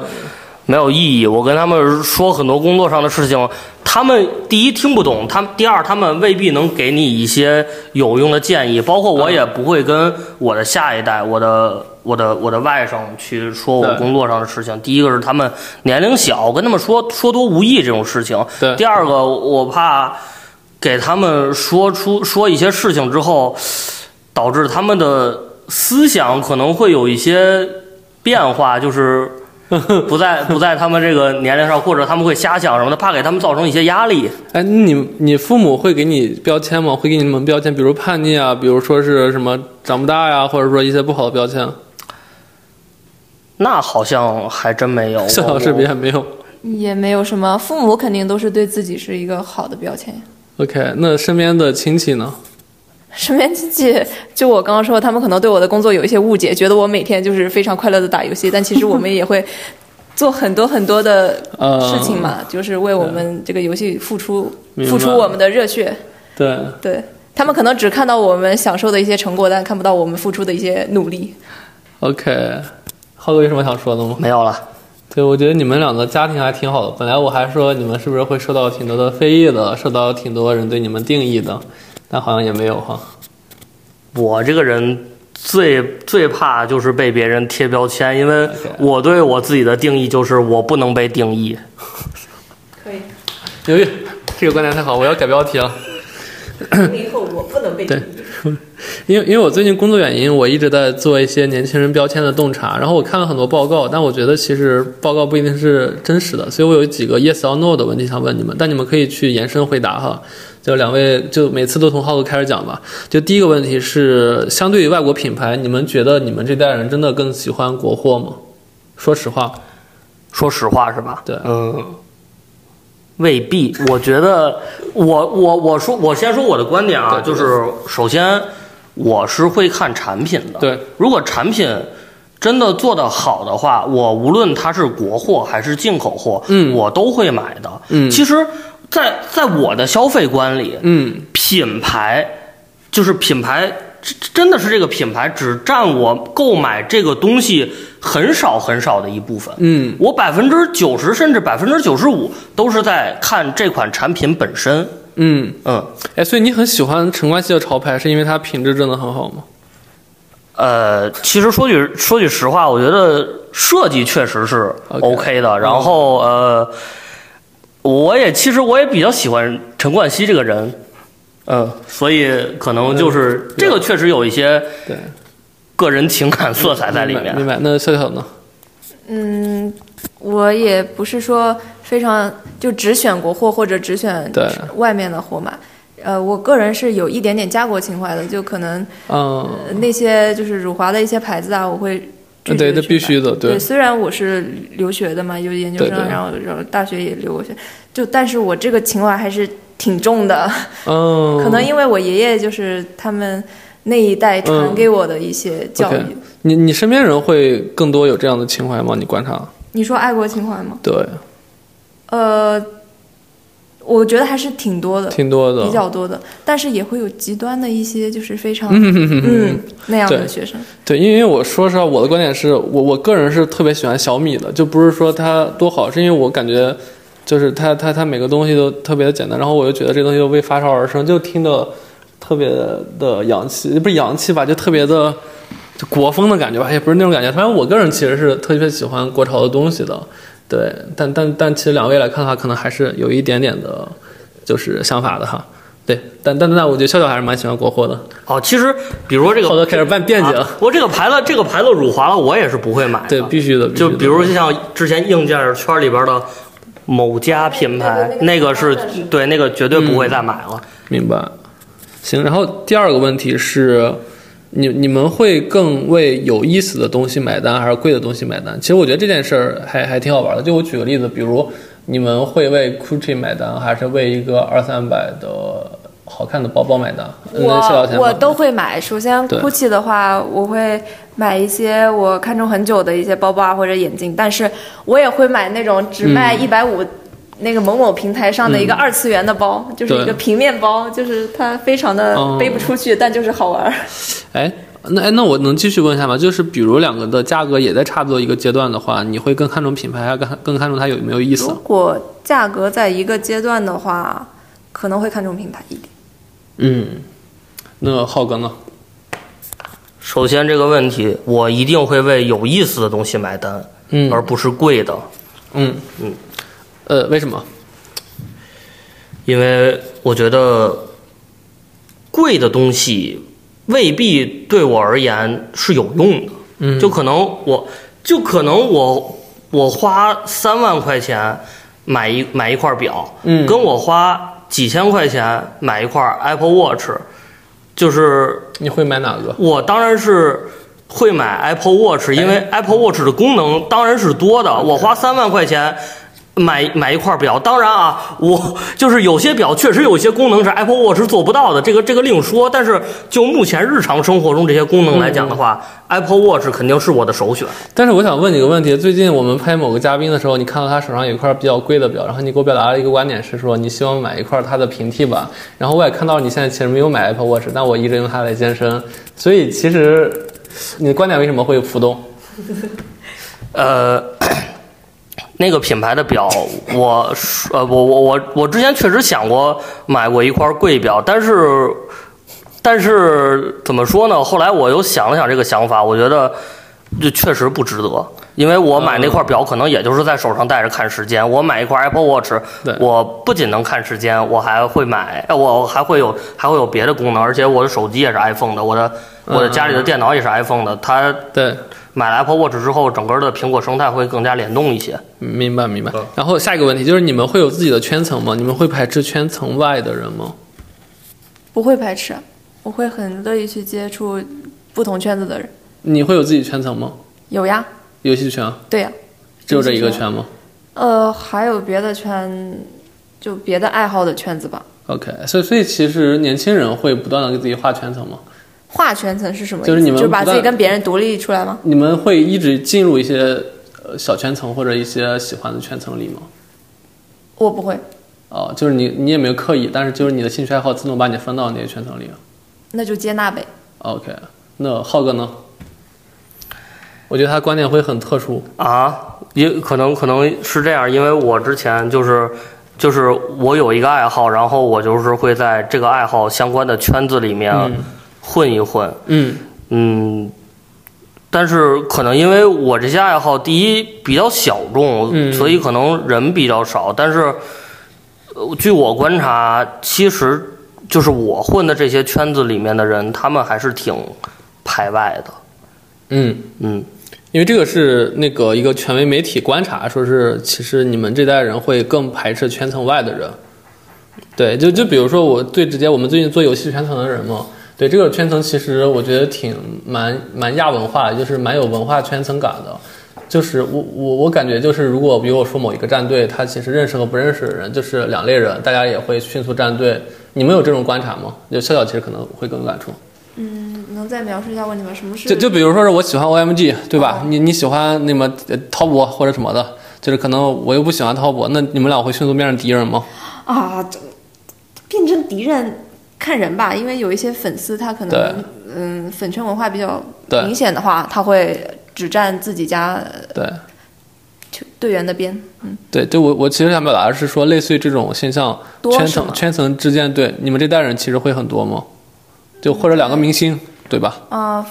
Speaker 3: 没有意义。我跟他们说很多工作上的事情，他们第一听不懂，他们第二他们未必能给你一些有用的建议。包括我也不会跟我的下一代，我的。我的我的外甥去说我
Speaker 2: 对
Speaker 3: 工作上的事情，第一个是他们年龄小，跟他们说说多无益这种事情。
Speaker 2: 对
Speaker 3: 第二个我怕给他们说出说一些事情之后，导致他们的思想可能会有一些变化，就是不在不在他们这个年龄上，或者他们会瞎想什么的，怕给他们造成一些压力。
Speaker 2: 哎，你你父母会给你标签吗？会给你们标签，比如叛逆啊，比如说是什么长不大呀，或者说一些不好的标
Speaker 4: 哦
Speaker 2: 签。
Speaker 3: 那好像还真没有，
Speaker 2: 笑笑
Speaker 3: 我
Speaker 2: 视频还没有。
Speaker 4: 也没有什么，父母肯定都是对自己是一个好的标签。
Speaker 2: OK，那身边的亲戚呢？
Speaker 4: 身边亲戚，就我刚刚说，他们可能对我的工作有一些误解，觉得我每天就是非常快乐的打游戏，但其实我们也会做很多很多的
Speaker 2: 呃，
Speaker 4: 事情。嘛，就是为我们这个游戏付出，
Speaker 2: 明白
Speaker 4: 付出我们的热血。
Speaker 2: 对，
Speaker 4: 对他们可能只看到我们享受的一些成果，但看不到我们付出的一些努力。
Speaker 2: OK，浩哥有什么想说的吗？
Speaker 3: 没有了。
Speaker 2: 对，我觉得你们两个家庭还挺好的。本来我还说你们是不是会受到挺多的非议的，受到挺多人对你们定义的，但好像也没有哈。
Speaker 3: 我这个人最最怕就是被别人贴标签，因为我对我自己的定义就是我不能被定义。
Speaker 5: 可以，
Speaker 2: 牛逼，这个观点太好，我要改标题了。
Speaker 5: 零零后我不能被定义。
Speaker 2: 因为因为我最近工作原因，我一直在做一些年轻人标签的洞察，然后我看了很多报告，但我觉得其实报告不一定是真实的，所以我有几个 yes or no 的问题想问你们，但你们可以去延伸回答哈。就两位，就每次都从浩哥开始讲吧。就第一个问题是，相对于外国品牌，你们觉得你们这代人真的更喜欢国货吗？说实话，
Speaker 3: 说实话是吧？
Speaker 2: 对
Speaker 3: 嗯，未必。我觉得，我我我说，我先说我的观点
Speaker 2: 对
Speaker 3: 啊，
Speaker 2: 对
Speaker 3: 就是首先我是会看产品的。
Speaker 2: 对，
Speaker 3: 如果产品真的做得好的话，我无论它是国货还是进口货，
Speaker 2: 嗯
Speaker 3: 我都会买的。
Speaker 2: 嗯
Speaker 3: 其实在，在我的消费观里，
Speaker 2: 嗯，
Speaker 3: 品牌就是品牌，真真的是这个品牌只占我购买这个东西很少很少的一部分。
Speaker 2: 嗯，
Speaker 3: 我百分之九十甚至百分之九十五都是在看这款产品本身。
Speaker 2: 嗯，
Speaker 3: 嗯，
Speaker 2: 哎，所以你很喜欢陈冠希的潮牌，是因为它品质真的很好吗？
Speaker 3: 呃，其实说句说句实话，我觉得设计确实是
Speaker 2: OK 嗯
Speaker 3: OK 的。然后呃，我也其实我也比较喜欢陈冠希这个人。嗯，
Speaker 2: 呃
Speaker 3: 所以可能就是
Speaker 2: 嗯
Speaker 3: 这个确实有一些
Speaker 2: 对，
Speaker 3: 个人情感色彩在里面。
Speaker 2: 明白。那笑笑呢？
Speaker 4: 嗯，我也不是说非常就只选国货或者只选
Speaker 2: 对
Speaker 4: 外面的货嘛。呃，我个人是有一点点家国情怀的，就可能
Speaker 2: 嗯。
Speaker 4: 呃那些就是辱华的一些牌子啊，我会拒绝
Speaker 2: 呃对，那
Speaker 4: 去
Speaker 2: 必
Speaker 4: 买
Speaker 2: 须的，对
Speaker 4: 对，虽然我是留学的嘛，有研究
Speaker 2: 对
Speaker 4: 生，
Speaker 2: 对
Speaker 4: 然后然后大学也留过学，就但是我这个情怀还是挺重的，
Speaker 2: 嗯，
Speaker 4: 可能因为我爷爷就是他们那一代传
Speaker 2: 嗯
Speaker 4: 给我的一些教育。
Speaker 2: OK 你你身边人会更多有这样的情怀吗？你观察，
Speaker 4: 你说爱国情怀吗？
Speaker 2: 对，
Speaker 4: 呃，我觉得还是挺多的，
Speaker 2: 挺多的，
Speaker 4: 比较多的，但是也会有极端的一些，就是非常
Speaker 2: 嗯哼哼哼
Speaker 4: 嗯那样
Speaker 2: 对
Speaker 4: 的学生。
Speaker 2: 对，因为我说实话，我的观点是我我个人是特别喜欢小米的，就不是说它多好，是因为我感觉就是它它它每个东西都特别的简单，然后我就觉得这东西就为发烧而生，就听的特别的洋气，不是洋气吧，就特别的就国风的感觉吧，也不是那种感觉。反正我个人其实是特别喜欢国潮的东西的，对。但但但其实两位来看的话，可能还是有一点点的，就是想法的哈。对，但但但我觉得笑笑还是蛮喜欢国货的。
Speaker 3: 哦，其实比如说这个
Speaker 2: 后头开始办辩解了
Speaker 3: 啊，我这个牌子，这个牌子辱华了，我也是不会买的。
Speaker 2: 对，必须的。必须
Speaker 3: 就
Speaker 2: 的
Speaker 3: 比如像之前硬件圈里边的某家品牌，那
Speaker 6: 那
Speaker 3: 个
Speaker 6: 个
Speaker 3: 是
Speaker 6: 那个是
Speaker 3: 对那个绝对不会再买了。
Speaker 2: 明白。行，然后第二个问题是，你你们会更为有意思的东西买单，还是贵的东西买单？其实我觉得这件事儿还还挺好玩的。就我举个例子，比如你们会为 Gucci 买单，还是为一个二三百的好看的包包买单？嗯那谢老
Speaker 4: 我
Speaker 2: 钱
Speaker 4: 我
Speaker 2: 吧
Speaker 4: 都会买。首先
Speaker 2: 对
Speaker 4: ，GUCCI 的话，我会买一些我看中很久的一些包包啊或者眼镜，但是我也会买那种只卖
Speaker 2: 嗯
Speaker 4: 一百五。那个某某平台上的一个二次元的包，就是一
Speaker 2: 对
Speaker 4: 个平面包，就是它非常的
Speaker 2: 哦
Speaker 4: 背不出去，但就是好玩儿。
Speaker 2: 哎。那哎，那我能继续问一下吗？就是比如两个的价格也在差不多一个阶段的话，你会更看重品牌，还是更更看重它有没有意思
Speaker 4: 如？果价格在一个阶段的话，可能会看重品牌一点。
Speaker 2: 嗯，那浩哥呢？
Speaker 3: 首先这个问题，我一定会为有意思的东西买单，
Speaker 2: 嗯
Speaker 3: 而不是贵的，
Speaker 2: 嗯嗯，呃，为什么？
Speaker 3: 因为我觉得贵的东西未必对我而言是有用的。
Speaker 2: 嗯
Speaker 3: 就可能我，就可能我，我花三万块钱买一买一块表，
Speaker 2: 嗯
Speaker 3: 跟我花几千块钱买一块 Apple Watch，就是
Speaker 2: 你会买哪个？
Speaker 3: 我当然是会买 Apple Watch，因为 Apple Watch 的功能当然是多的。我花三万块钱买买一块表，当然啊，我就是有些表确实有些功能是 Apple Watch 做不到的，这个这个另说。但是就目前日常生活中这些功能来讲的话、a p p l e Watch 肯定是我的首选。
Speaker 2: 但是我想问你个问题：最近我们拍某个嘉宾的时候，你看到他手上有一块比较贵的表，然后你给我表达了一个观点是说你希望买一块它的平替版。然后我也看到你现在其实没有买 Apple Watch，但我一直用它来健身。所以其实你的观点为什么会浮动？
Speaker 3: 呃， 那个品牌的表，我呃，我我我我之前确实想过买过一块贵表，但是但是怎么说呢？后来我又想了想这个想法，我觉得这确实不值得。因为我买那块表，可能也就是在手上戴着看时间。我买一块 Apple Watch，
Speaker 2: 对
Speaker 3: 我不仅能看时间，我还会买，呃我还会有还会有别的功能。而且我的手机也是 iPhone 的，我的我的家里的电脑也是 iPhone 的，它
Speaker 2: 对，
Speaker 3: 买了 Apple Watch 之后，整个的苹果生态会更加联动一些。
Speaker 2: 明白明白。然后下一个问题就是你们会有自己的圈层吗？你们会排斥圈层外的人吗？
Speaker 4: 不会排斥，啊我会很乐意去接触不同圈子的人。
Speaker 2: 你会有自己圈层吗？
Speaker 4: 有呀，
Speaker 2: 游戏圈
Speaker 4: 对呀，
Speaker 2: 只有这一个圈吗
Speaker 4: 啊呃，还有别的圈，就别的爱好的圈子吧。
Speaker 2: ？OK，所以所以其实年轻人会不断的给自己画圈层吗？
Speaker 4: 画圈层是什么意思？
Speaker 2: 就是你们
Speaker 4: 把
Speaker 2: 不
Speaker 4: 自
Speaker 2: 断
Speaker 4: 己跟别人独立出来吗？
Speaker 2: 你们会一直进入一些呃小圈层或者一些喜欢的圈层里吗？
Speaker 4: 我不会，
Speaker 2: 哦，就是你你也没有刻意，但是就是你的兴趣爱好自动把你分到那些圈层里。啊
Speaker 4: 那就接纳呗。
Speaker 2: OK，那浩哥呢？我觉得他观点会很特殊。
Speaker 3: 啊，也可能可能是这样，因为我之前就是就是我有一个爱好，然后我就是会在这个爱好相关的圈子里面混一混，
Speaker 2: 嗯
Speaker 3: 嗯。但是可能因为我这些爱好，第一比较小众，
Speaker 2: 嗯
Speaker 3: 所以可能人比较少。但是，呃据我观察，其实就是我混的这些圈子里面的人，他们还是挺排外的。
Speaker 2: 嗯，
Speaker 3: 嗯，
Speaker 2: 因为这个是那个一个权威媒体观察，说是其实你们这代人会更排斥圈层外的人。对，就就比如说我最直接，我们最近做游戏圈层的人嘛，对这个圈层其实我觉得挺蛮蛮亚文化的，就是蛮有文化圈层感的。就是我我我感觉就是，如果比如我说某一个战队，他其实认识和不认识的人就是两类人，大家也会迅速站队。你们有这种观察吗？就笑笑其实可能会更有感触。
Speaker 4: 嗯，能再描述一下问题吗？什么是哦
Speaker 2: 就就比如说是我喜欢 OMG，对吧？你你喜欢那么呃滔博或者什么的，就是可能我又不喜欢滔博，那你们俩会迅速变成敌人吗？
Speaker 4: 啊，这变成敌人看人吧，因为有一些粉丝他可
Speaker 2: 对
Speaker 4: 能嗯粉圈文化比较
Speaker 2: 对
Speaker 4: 明显的话，他会只站自己家呃
Speaker 2: 对
Speaker 4: 球队员的边。嗯，
Speaker 2: 对，就我我其实想表达的是说，类似于这种现象，
Speaker 4: 多
Speaker 2: 圈
Speaker 4: 是
Speaker 2: 层
Speaker 4: 吗
Speaker 2: 圈层之间，对你们这代人其实会很多吗？就或者两个明星，对吧？
Speaker 4: 啊、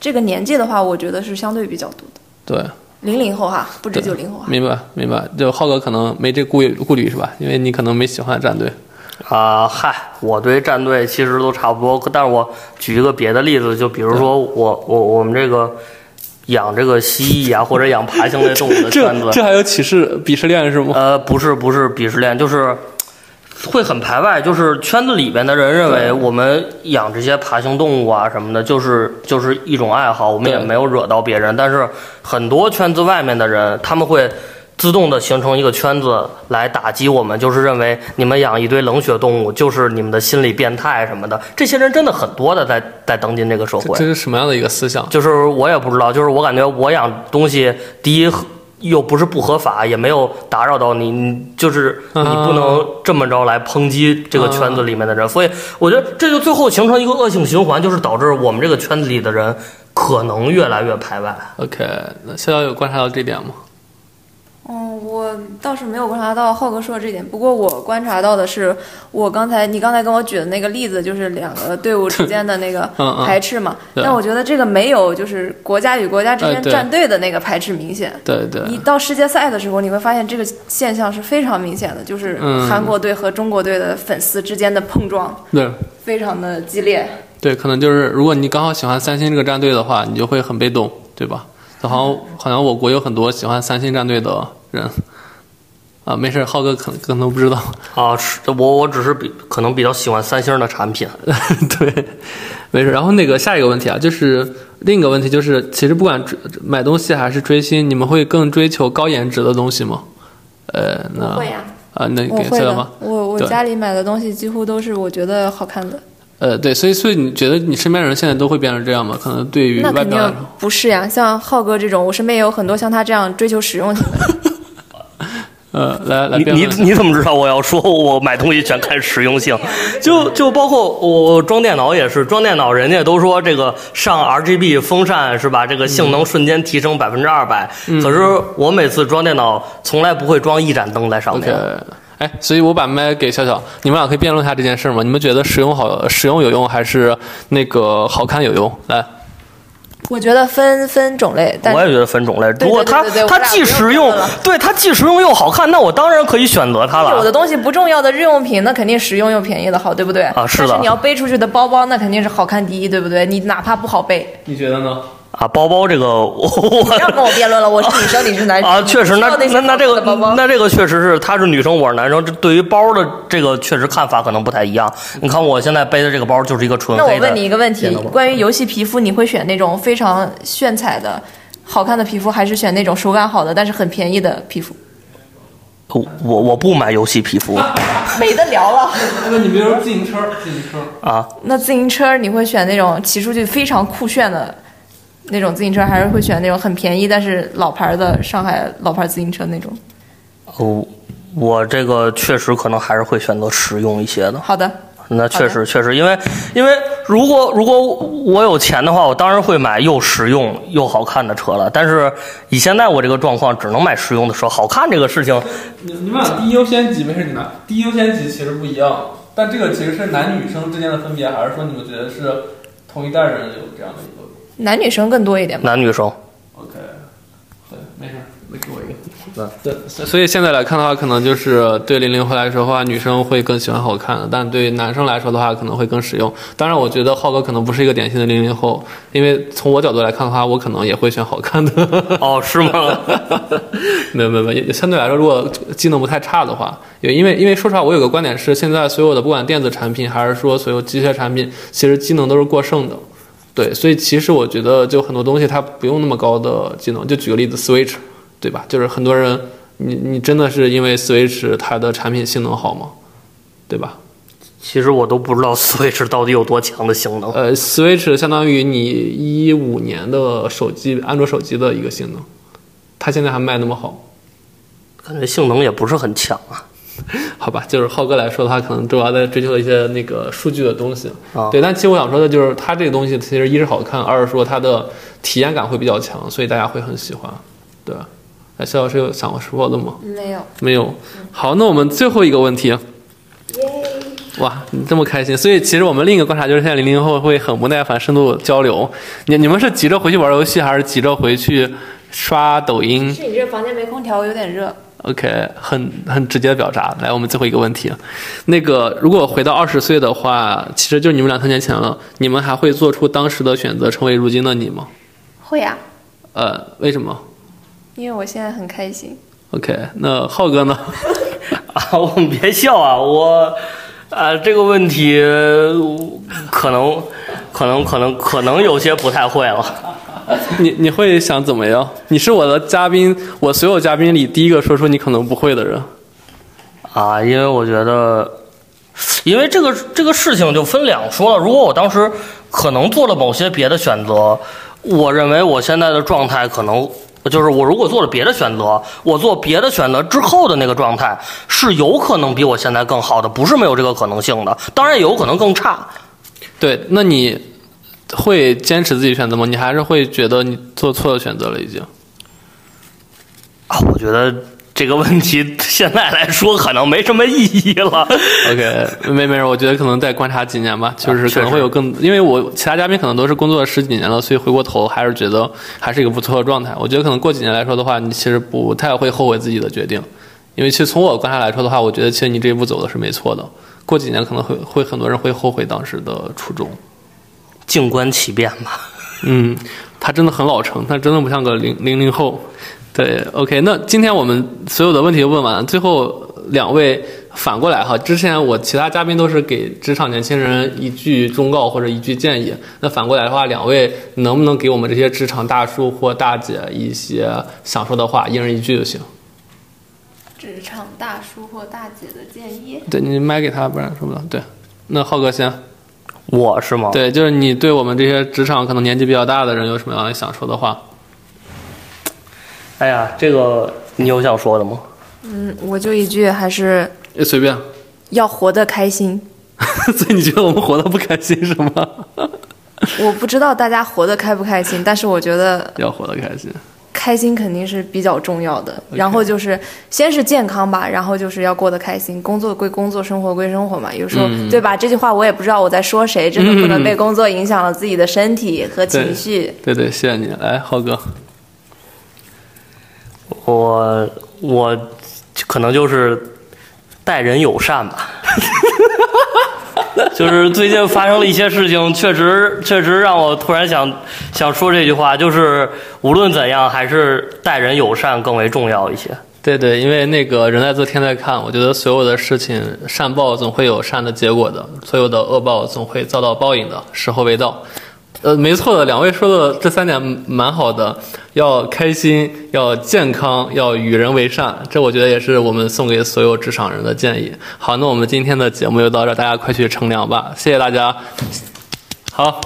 Speaker 4: 这个年纪的话，我觉得是相对比较多的，
Speaker 2: 对，
Speaker 4: 零零后哈，不止
Speaker 2: 对
Speaker 4: 九零后啊哈。
Speaker 2: 明白明白。就浩哥可能没这顾虑顾虑是吧？因为你可能没喜欢的战队。
Speaker 3: 啊、嗨，我对战队其实都差不多，但是我举一个别的例子，就比如说我我我们这个养这个蜥蜴啊，或者养爬行类动物的圈
Speaker 2: 这
Speaker 3: 子，
Speaker 2: 这还有歧视鄙视链是吗？
Speaker 3: 呃，不是不是鄙视链，就是会很排外，就是圈子里边的人认为我们养这些爬行动物啊什么的，就是就是一种爱好，我们也
Speaker 2: 对
Speaker 3: 没有惹到别人。但是很多圈子外面的人，他们会自动的形成一个圈子来打击我们，就是认为你们养一堆冷血动物就是你们的心理变态什么的。这些人真的很多的在在当今这个社
Speaker 2: 这
Speaker 3: 会
Speaker 2: 这，是什么样的一个思想？
Speaker 3: 就是我也不知道，就是我感觉我养东西，第一又不是不合法，也没有打扰到你，你就是你
Speaker 2: 啊
Speaker 3: 不能这么着来抨击这个圈子里面的人，所以我觉得这就最后形成一个恶性循环，就是导致我们这个圈子里的人可能越来越排外。
Speaker 2: OK，那逍遥有观察到这点吗？
Speaker 4: 嗯，我倒是没有观察到浩哥说的这点，不过我观察到的是，我刚才你刚才跟我举的那个例子，就是两个队伍之间的那个
Speaker 2: 嗯嗯
Speaker 4: 排斥嘛。
Speaker 2: 对
Speaker 4: 但我觉得这个没有，就是国家与国家之
Speaker 2: 哎
Speaker 4: 间
Speaker 2: 对
Speaker 4: 战队的那个排斥明显。
Speaker 2: 对对，
Speaker 4: 你到世界赛的时候，你会发现这个现象是非常明显的，就是
Speaker 2: 嗯
Speaker 4: 韩国队和中国队的粉丝之间的碰撞
Speaker 2: 对
Speaker 4: 非常的激烈。
Speaker 2: 对，可能就是如果你刚好喜欢三星这个战队的话，你就会很被动，对吧？就好像好像我国有很多喜欢三星战队的人啊，没事，浩哥可能可能不知道，
Speaker 3: 啊，是我我只是比可能比较喜欢三星的产品，
Speaker 2: 对，没事。然后那个下一个问题啊，就是另一个问题就是，其实不管追买东西还是追星，你们会更追求高颜值的东西吗？呃，那
Speaker 6: 会呀、
Speaker 2: 啊，那
Speaker 4: 我
Speaker 2: 给
Speaker 4: 会
Speaker 2: 资料
Speaker 4: 的
Speaker 2: 吗？，
Speaker 4: 我我
Speaker 2: 对
Speaker 4: 家里买的东西几乎都是我觉得好看的。
Speaker 2: 呃，对，所以所以你觉得你身边人现在都会变成这样吗？可能对于
Speaker 4: 那
Speaker 2: 外
Speaker 4: 肯
Speaker 2: 表来
Speaker 4: 定
Speaker 2: 说，
Speaker 4: 不是呀，像浩哥这种，我身边也有很多像他这样追求实用性的。
Speaker 2: 呃，来来
Speaker 3: 你
Speaker 2: 辩
Speaker 3: 你
Speaker 2: 论一下，
Speaker 3: 你怎么知道我要说我买东西全看实用性？就就包括我我装电脑也是，装电脑人家都说这个上 RGB 风扇是吧？这个性能瞬间提升百分之二百。可是我每次装电脑从来不会装一盏灯在上
Speaker 2: OK，
Speaker 3: 面。
Speaker 2: 哎，所以我把麦给小小，你们俩可以辩论一下这件事吗？你们觉得实用好实用有用，还是那个好看有用？来，
Speaker 4: 我觉得分分种类，但
Speaker 3: 我也觉得分种类，
Speaker 4: 对
Speaker 3: 如果它
Speaker 4: 对对对
Speaker 3: 它
Speaker 4: 我俩
Speaker 3: 既
Speaker 4: 不用
Speaker 3: 实用
Speaker 4: 讨论了，
Speaker 3: 对它既实用又好看，那我当然可以选择它
Speaker 4: 有
Speaker 3: 了。
Speaker 4: 的东西不重要的日用品，那肯定实用又便宜的好，对不对？
Speaker 3: 啊是的
Speaker 4: 但是你要背出去的包包，那肯定是好看第一，对不对？你哪怕不好背，
Speaker 2: 你觉得呢？
Speaker 3: 啊，包包这个我
Speaker 4: 不要跟我辩论了，我是女生，你是男生
Speaker 3: 啊，确实，那
Speaker 4: 你知
Speaker 3: 那那
Speaker 4: 道哎那些
Speaker 3: 这个
Speaker 4: 好看的包包，
Speaker 3: 那这个确实是，他是女生，我是男生，这对于包的这个确实看法可能不太一样。你看我现在背的这个包就是一个纯
Speaker 4: 那我
Speaker 3: 黑的。
Speaker 4: 问你一个问
Speaker 3: 电
Speaker 4: 题
Speaker 3: 脑包，
Speaker 4: 关于游戏皮肤，你会选那种非常炫彩的、好看的皮肤，还是选那种手感好的但是很便宜的皮肤？
Speaker 3: 我呃我我不买游戏皮肤
Speaker 4: 没得聊了。
Speaker 2: 那你比如说自行车，自行车，
Speaker 3: 啊，
Speaker 4: 那自行车你会选那种骑出去非常酷炫的那种自行车，还是会选那种很便宜但是老牌的上海老牌自行车那种？
Speaker 3: 哦，我这个确实可能还是会选择实用一些的。
Speaker 4: 好的，
Speaker 3: 那确实确实，因为因为如果如果我有钱的话，我当然会买又实用又好看的车了。但是以现在我这个状况，只能买实用的车。好看这个事情，
Speaker 2: 你你们俩第一优先级没事，你拿第一优先级其实不一样，但这个其实是男女生之间的分别，还是说你们觉得是同一代人有这样的一个
Speaker 4: 男女生更多一点吧。
Speaker 3: 男女生。
Speaker 2: ？OK，对，没事，那给我一个。对，所所以现在来看的话，可能就是对零零后来说的话，女生会更喜欢好看的，但对男生来说的话，可能会更实用。当然，我觉得浩哥可能不是一个典型的零零后，因为从我角度来看的话，我可能也会选好看的。
Speaker 3: 哦，是吗？
Speaker 2: 没有没有没有，也相对来说，如果技能不太差的话，也因为因为说实话，我有个观点是，现在所有的不管电子产品还是说所有机械产品，其实机能都是过剩的。对，所以其实我觉得就很多东西它不用那么高的技能。就举个例子，Switch，对吧？就是很多人，你你真的是因为 Switch 它的产品性能好吗？对吧？
Speaker 3: 其实我都不知道 Switch 到底有多强的性能。
Speaker 2: 呃，Switch 相当于你一五年的手机，安卓手机的一个性能，它现在还卖那么好。
Speaker 3: 感觉性能也不是很强啊。
Speaker 2: 好吧，就是浩哥来说的话，可能主要在追求一些那个数据的东西。
Speaker 3: 啊
Speaker 2: 对，但其实我想说的就是，它这个东西其实一是好看，二是说它的体验感会比较强，所以大家会很喜欢。对，哎，肖老师有想过说的吗？
Speaker 4: 没有，
Speaker 2: 没有。好，那我们最后一个问题，哇，你这么开心！所以其实我们另一个观察就是，现在零零后会很不耐烦深度交流。你你们是急着回去玩游戏，还是急着回去刷抖音
Speaker 6: 是你这房间没空调，我有点热。
Speaker 2: ？OK，很很直接的表达。来，我们最后一个问题，那个如果回到二十岁的话，其实就是你们两三年前了，你们还会做出当时的选择，成为如今的你吗？
Speaker 4: 会呀、
Speaker 2: 呃，为什么
Speaker 4: 因为我现在很开心。
Speaker 2: ？OK，那浩哥呢？
Speaker 3: 啊， 我们别笑啊，我啊这个问题呃可能可能可能可能有些不太会了。
Speaker 2: 你你会想怎么样？你是我的嘉宾，我所有嘉宾里第一个说出你可能不会的人。
Speaker 3: 啊，因为我觉得，因为这个这个事情就分两说了。如果我当时可能做了某些别的选择，我认为我现在的状态可能就是我如果做了别的选择，我做别的选择之后的那个状态是有可能比我现在更好的，不是没有这个可能性的。当然也有可能更差。
Speaker 2: 对，那你会坚持自己选择吗？你还是会觉得你做错了选择了已经？
Speaker 3: 啊，我觉得这个问题 现在来说可能没什么意义了。
Speaker 2: OK，没没事，我觉得可能再观察几年吧，就是
Speaker 3: 啊确
Speaker 2: 可能
Speaker 3: 实
Speaker 2: 会有更，因为我其他嘉宾可能都是工作了十几年了，所以回过头还是觉得还是一个不错的状态。我觉得可能过几年来说的话，你其实不太会后悔自己的决定，因为其实从我观察来说的话，我觉得其实你这一步走的是没错的。过几年可能会会很多人会后悔当时的初衷。
Speaker 3: 静观其变吧。
Speaker 2: 嗯，他真的很老成，他真的不像个零零零后。对，OK，那今天我们所有的问题都问完，最后两位反过来哈，之前我其他嘉宾都是给职场年轻人一句忠告或者一句建议，那反过来的话，两位能不能给我们这些职场大叔或大姐一些想说的话，一人一句就行？
Speaker 4: 职场大叔或大姐的建议，
Speaker 2: 对你麦给他，不然说不了。对，那浩哥先。
Speaker 3: 我是吗？
Speaker 2: 对，就是你对我们这些职场可能年纪比较大的人有什么样想说的话？
Speaker 3: 哎呀，这个你有想说的吗？
Speaker 4: 嗯，我就一句，还是
Speaker 2: 随 便。
Speaker 4: 要活得开心。
Speaker 2: 所以你觉得我们活得不开心是吗？
Speaker 4: 我不知道大家活得开不开心，但是我觉得
Speaker 2: 要活得开心。
Speaker 4: 开心肯定是比较重要的。然后就是先是健康吧，然后就是要过得开心。工作归工作，生活归生活嘛。有时候、对吧？这句话我也不知道我在说谁，真的不能被工作影响了自己的身体和情绪。
Speaker 2: 对对，谢谢你。来，浩哥，
Speaker 3: 我我可能就是待人友善吧。 就是最近发生了一些事情，确实确实让我突然想想说这句话，就是无论怎样，还是待人友善更为重要一些。
Speaker 2: 对对，因为那个人在做天在看，我觉得所有的事情善报总会有善的结果的，所有的恶报总会遭到报应的，时候未到。呃，没错的，两位说的这三点蛮好的，要开心，要健康，要与人为善，这我觉得也是我们送给所有职场人的建议。好，那我们今天的节目就到这儿，大家快去乘凉吧，谢谢大家。好，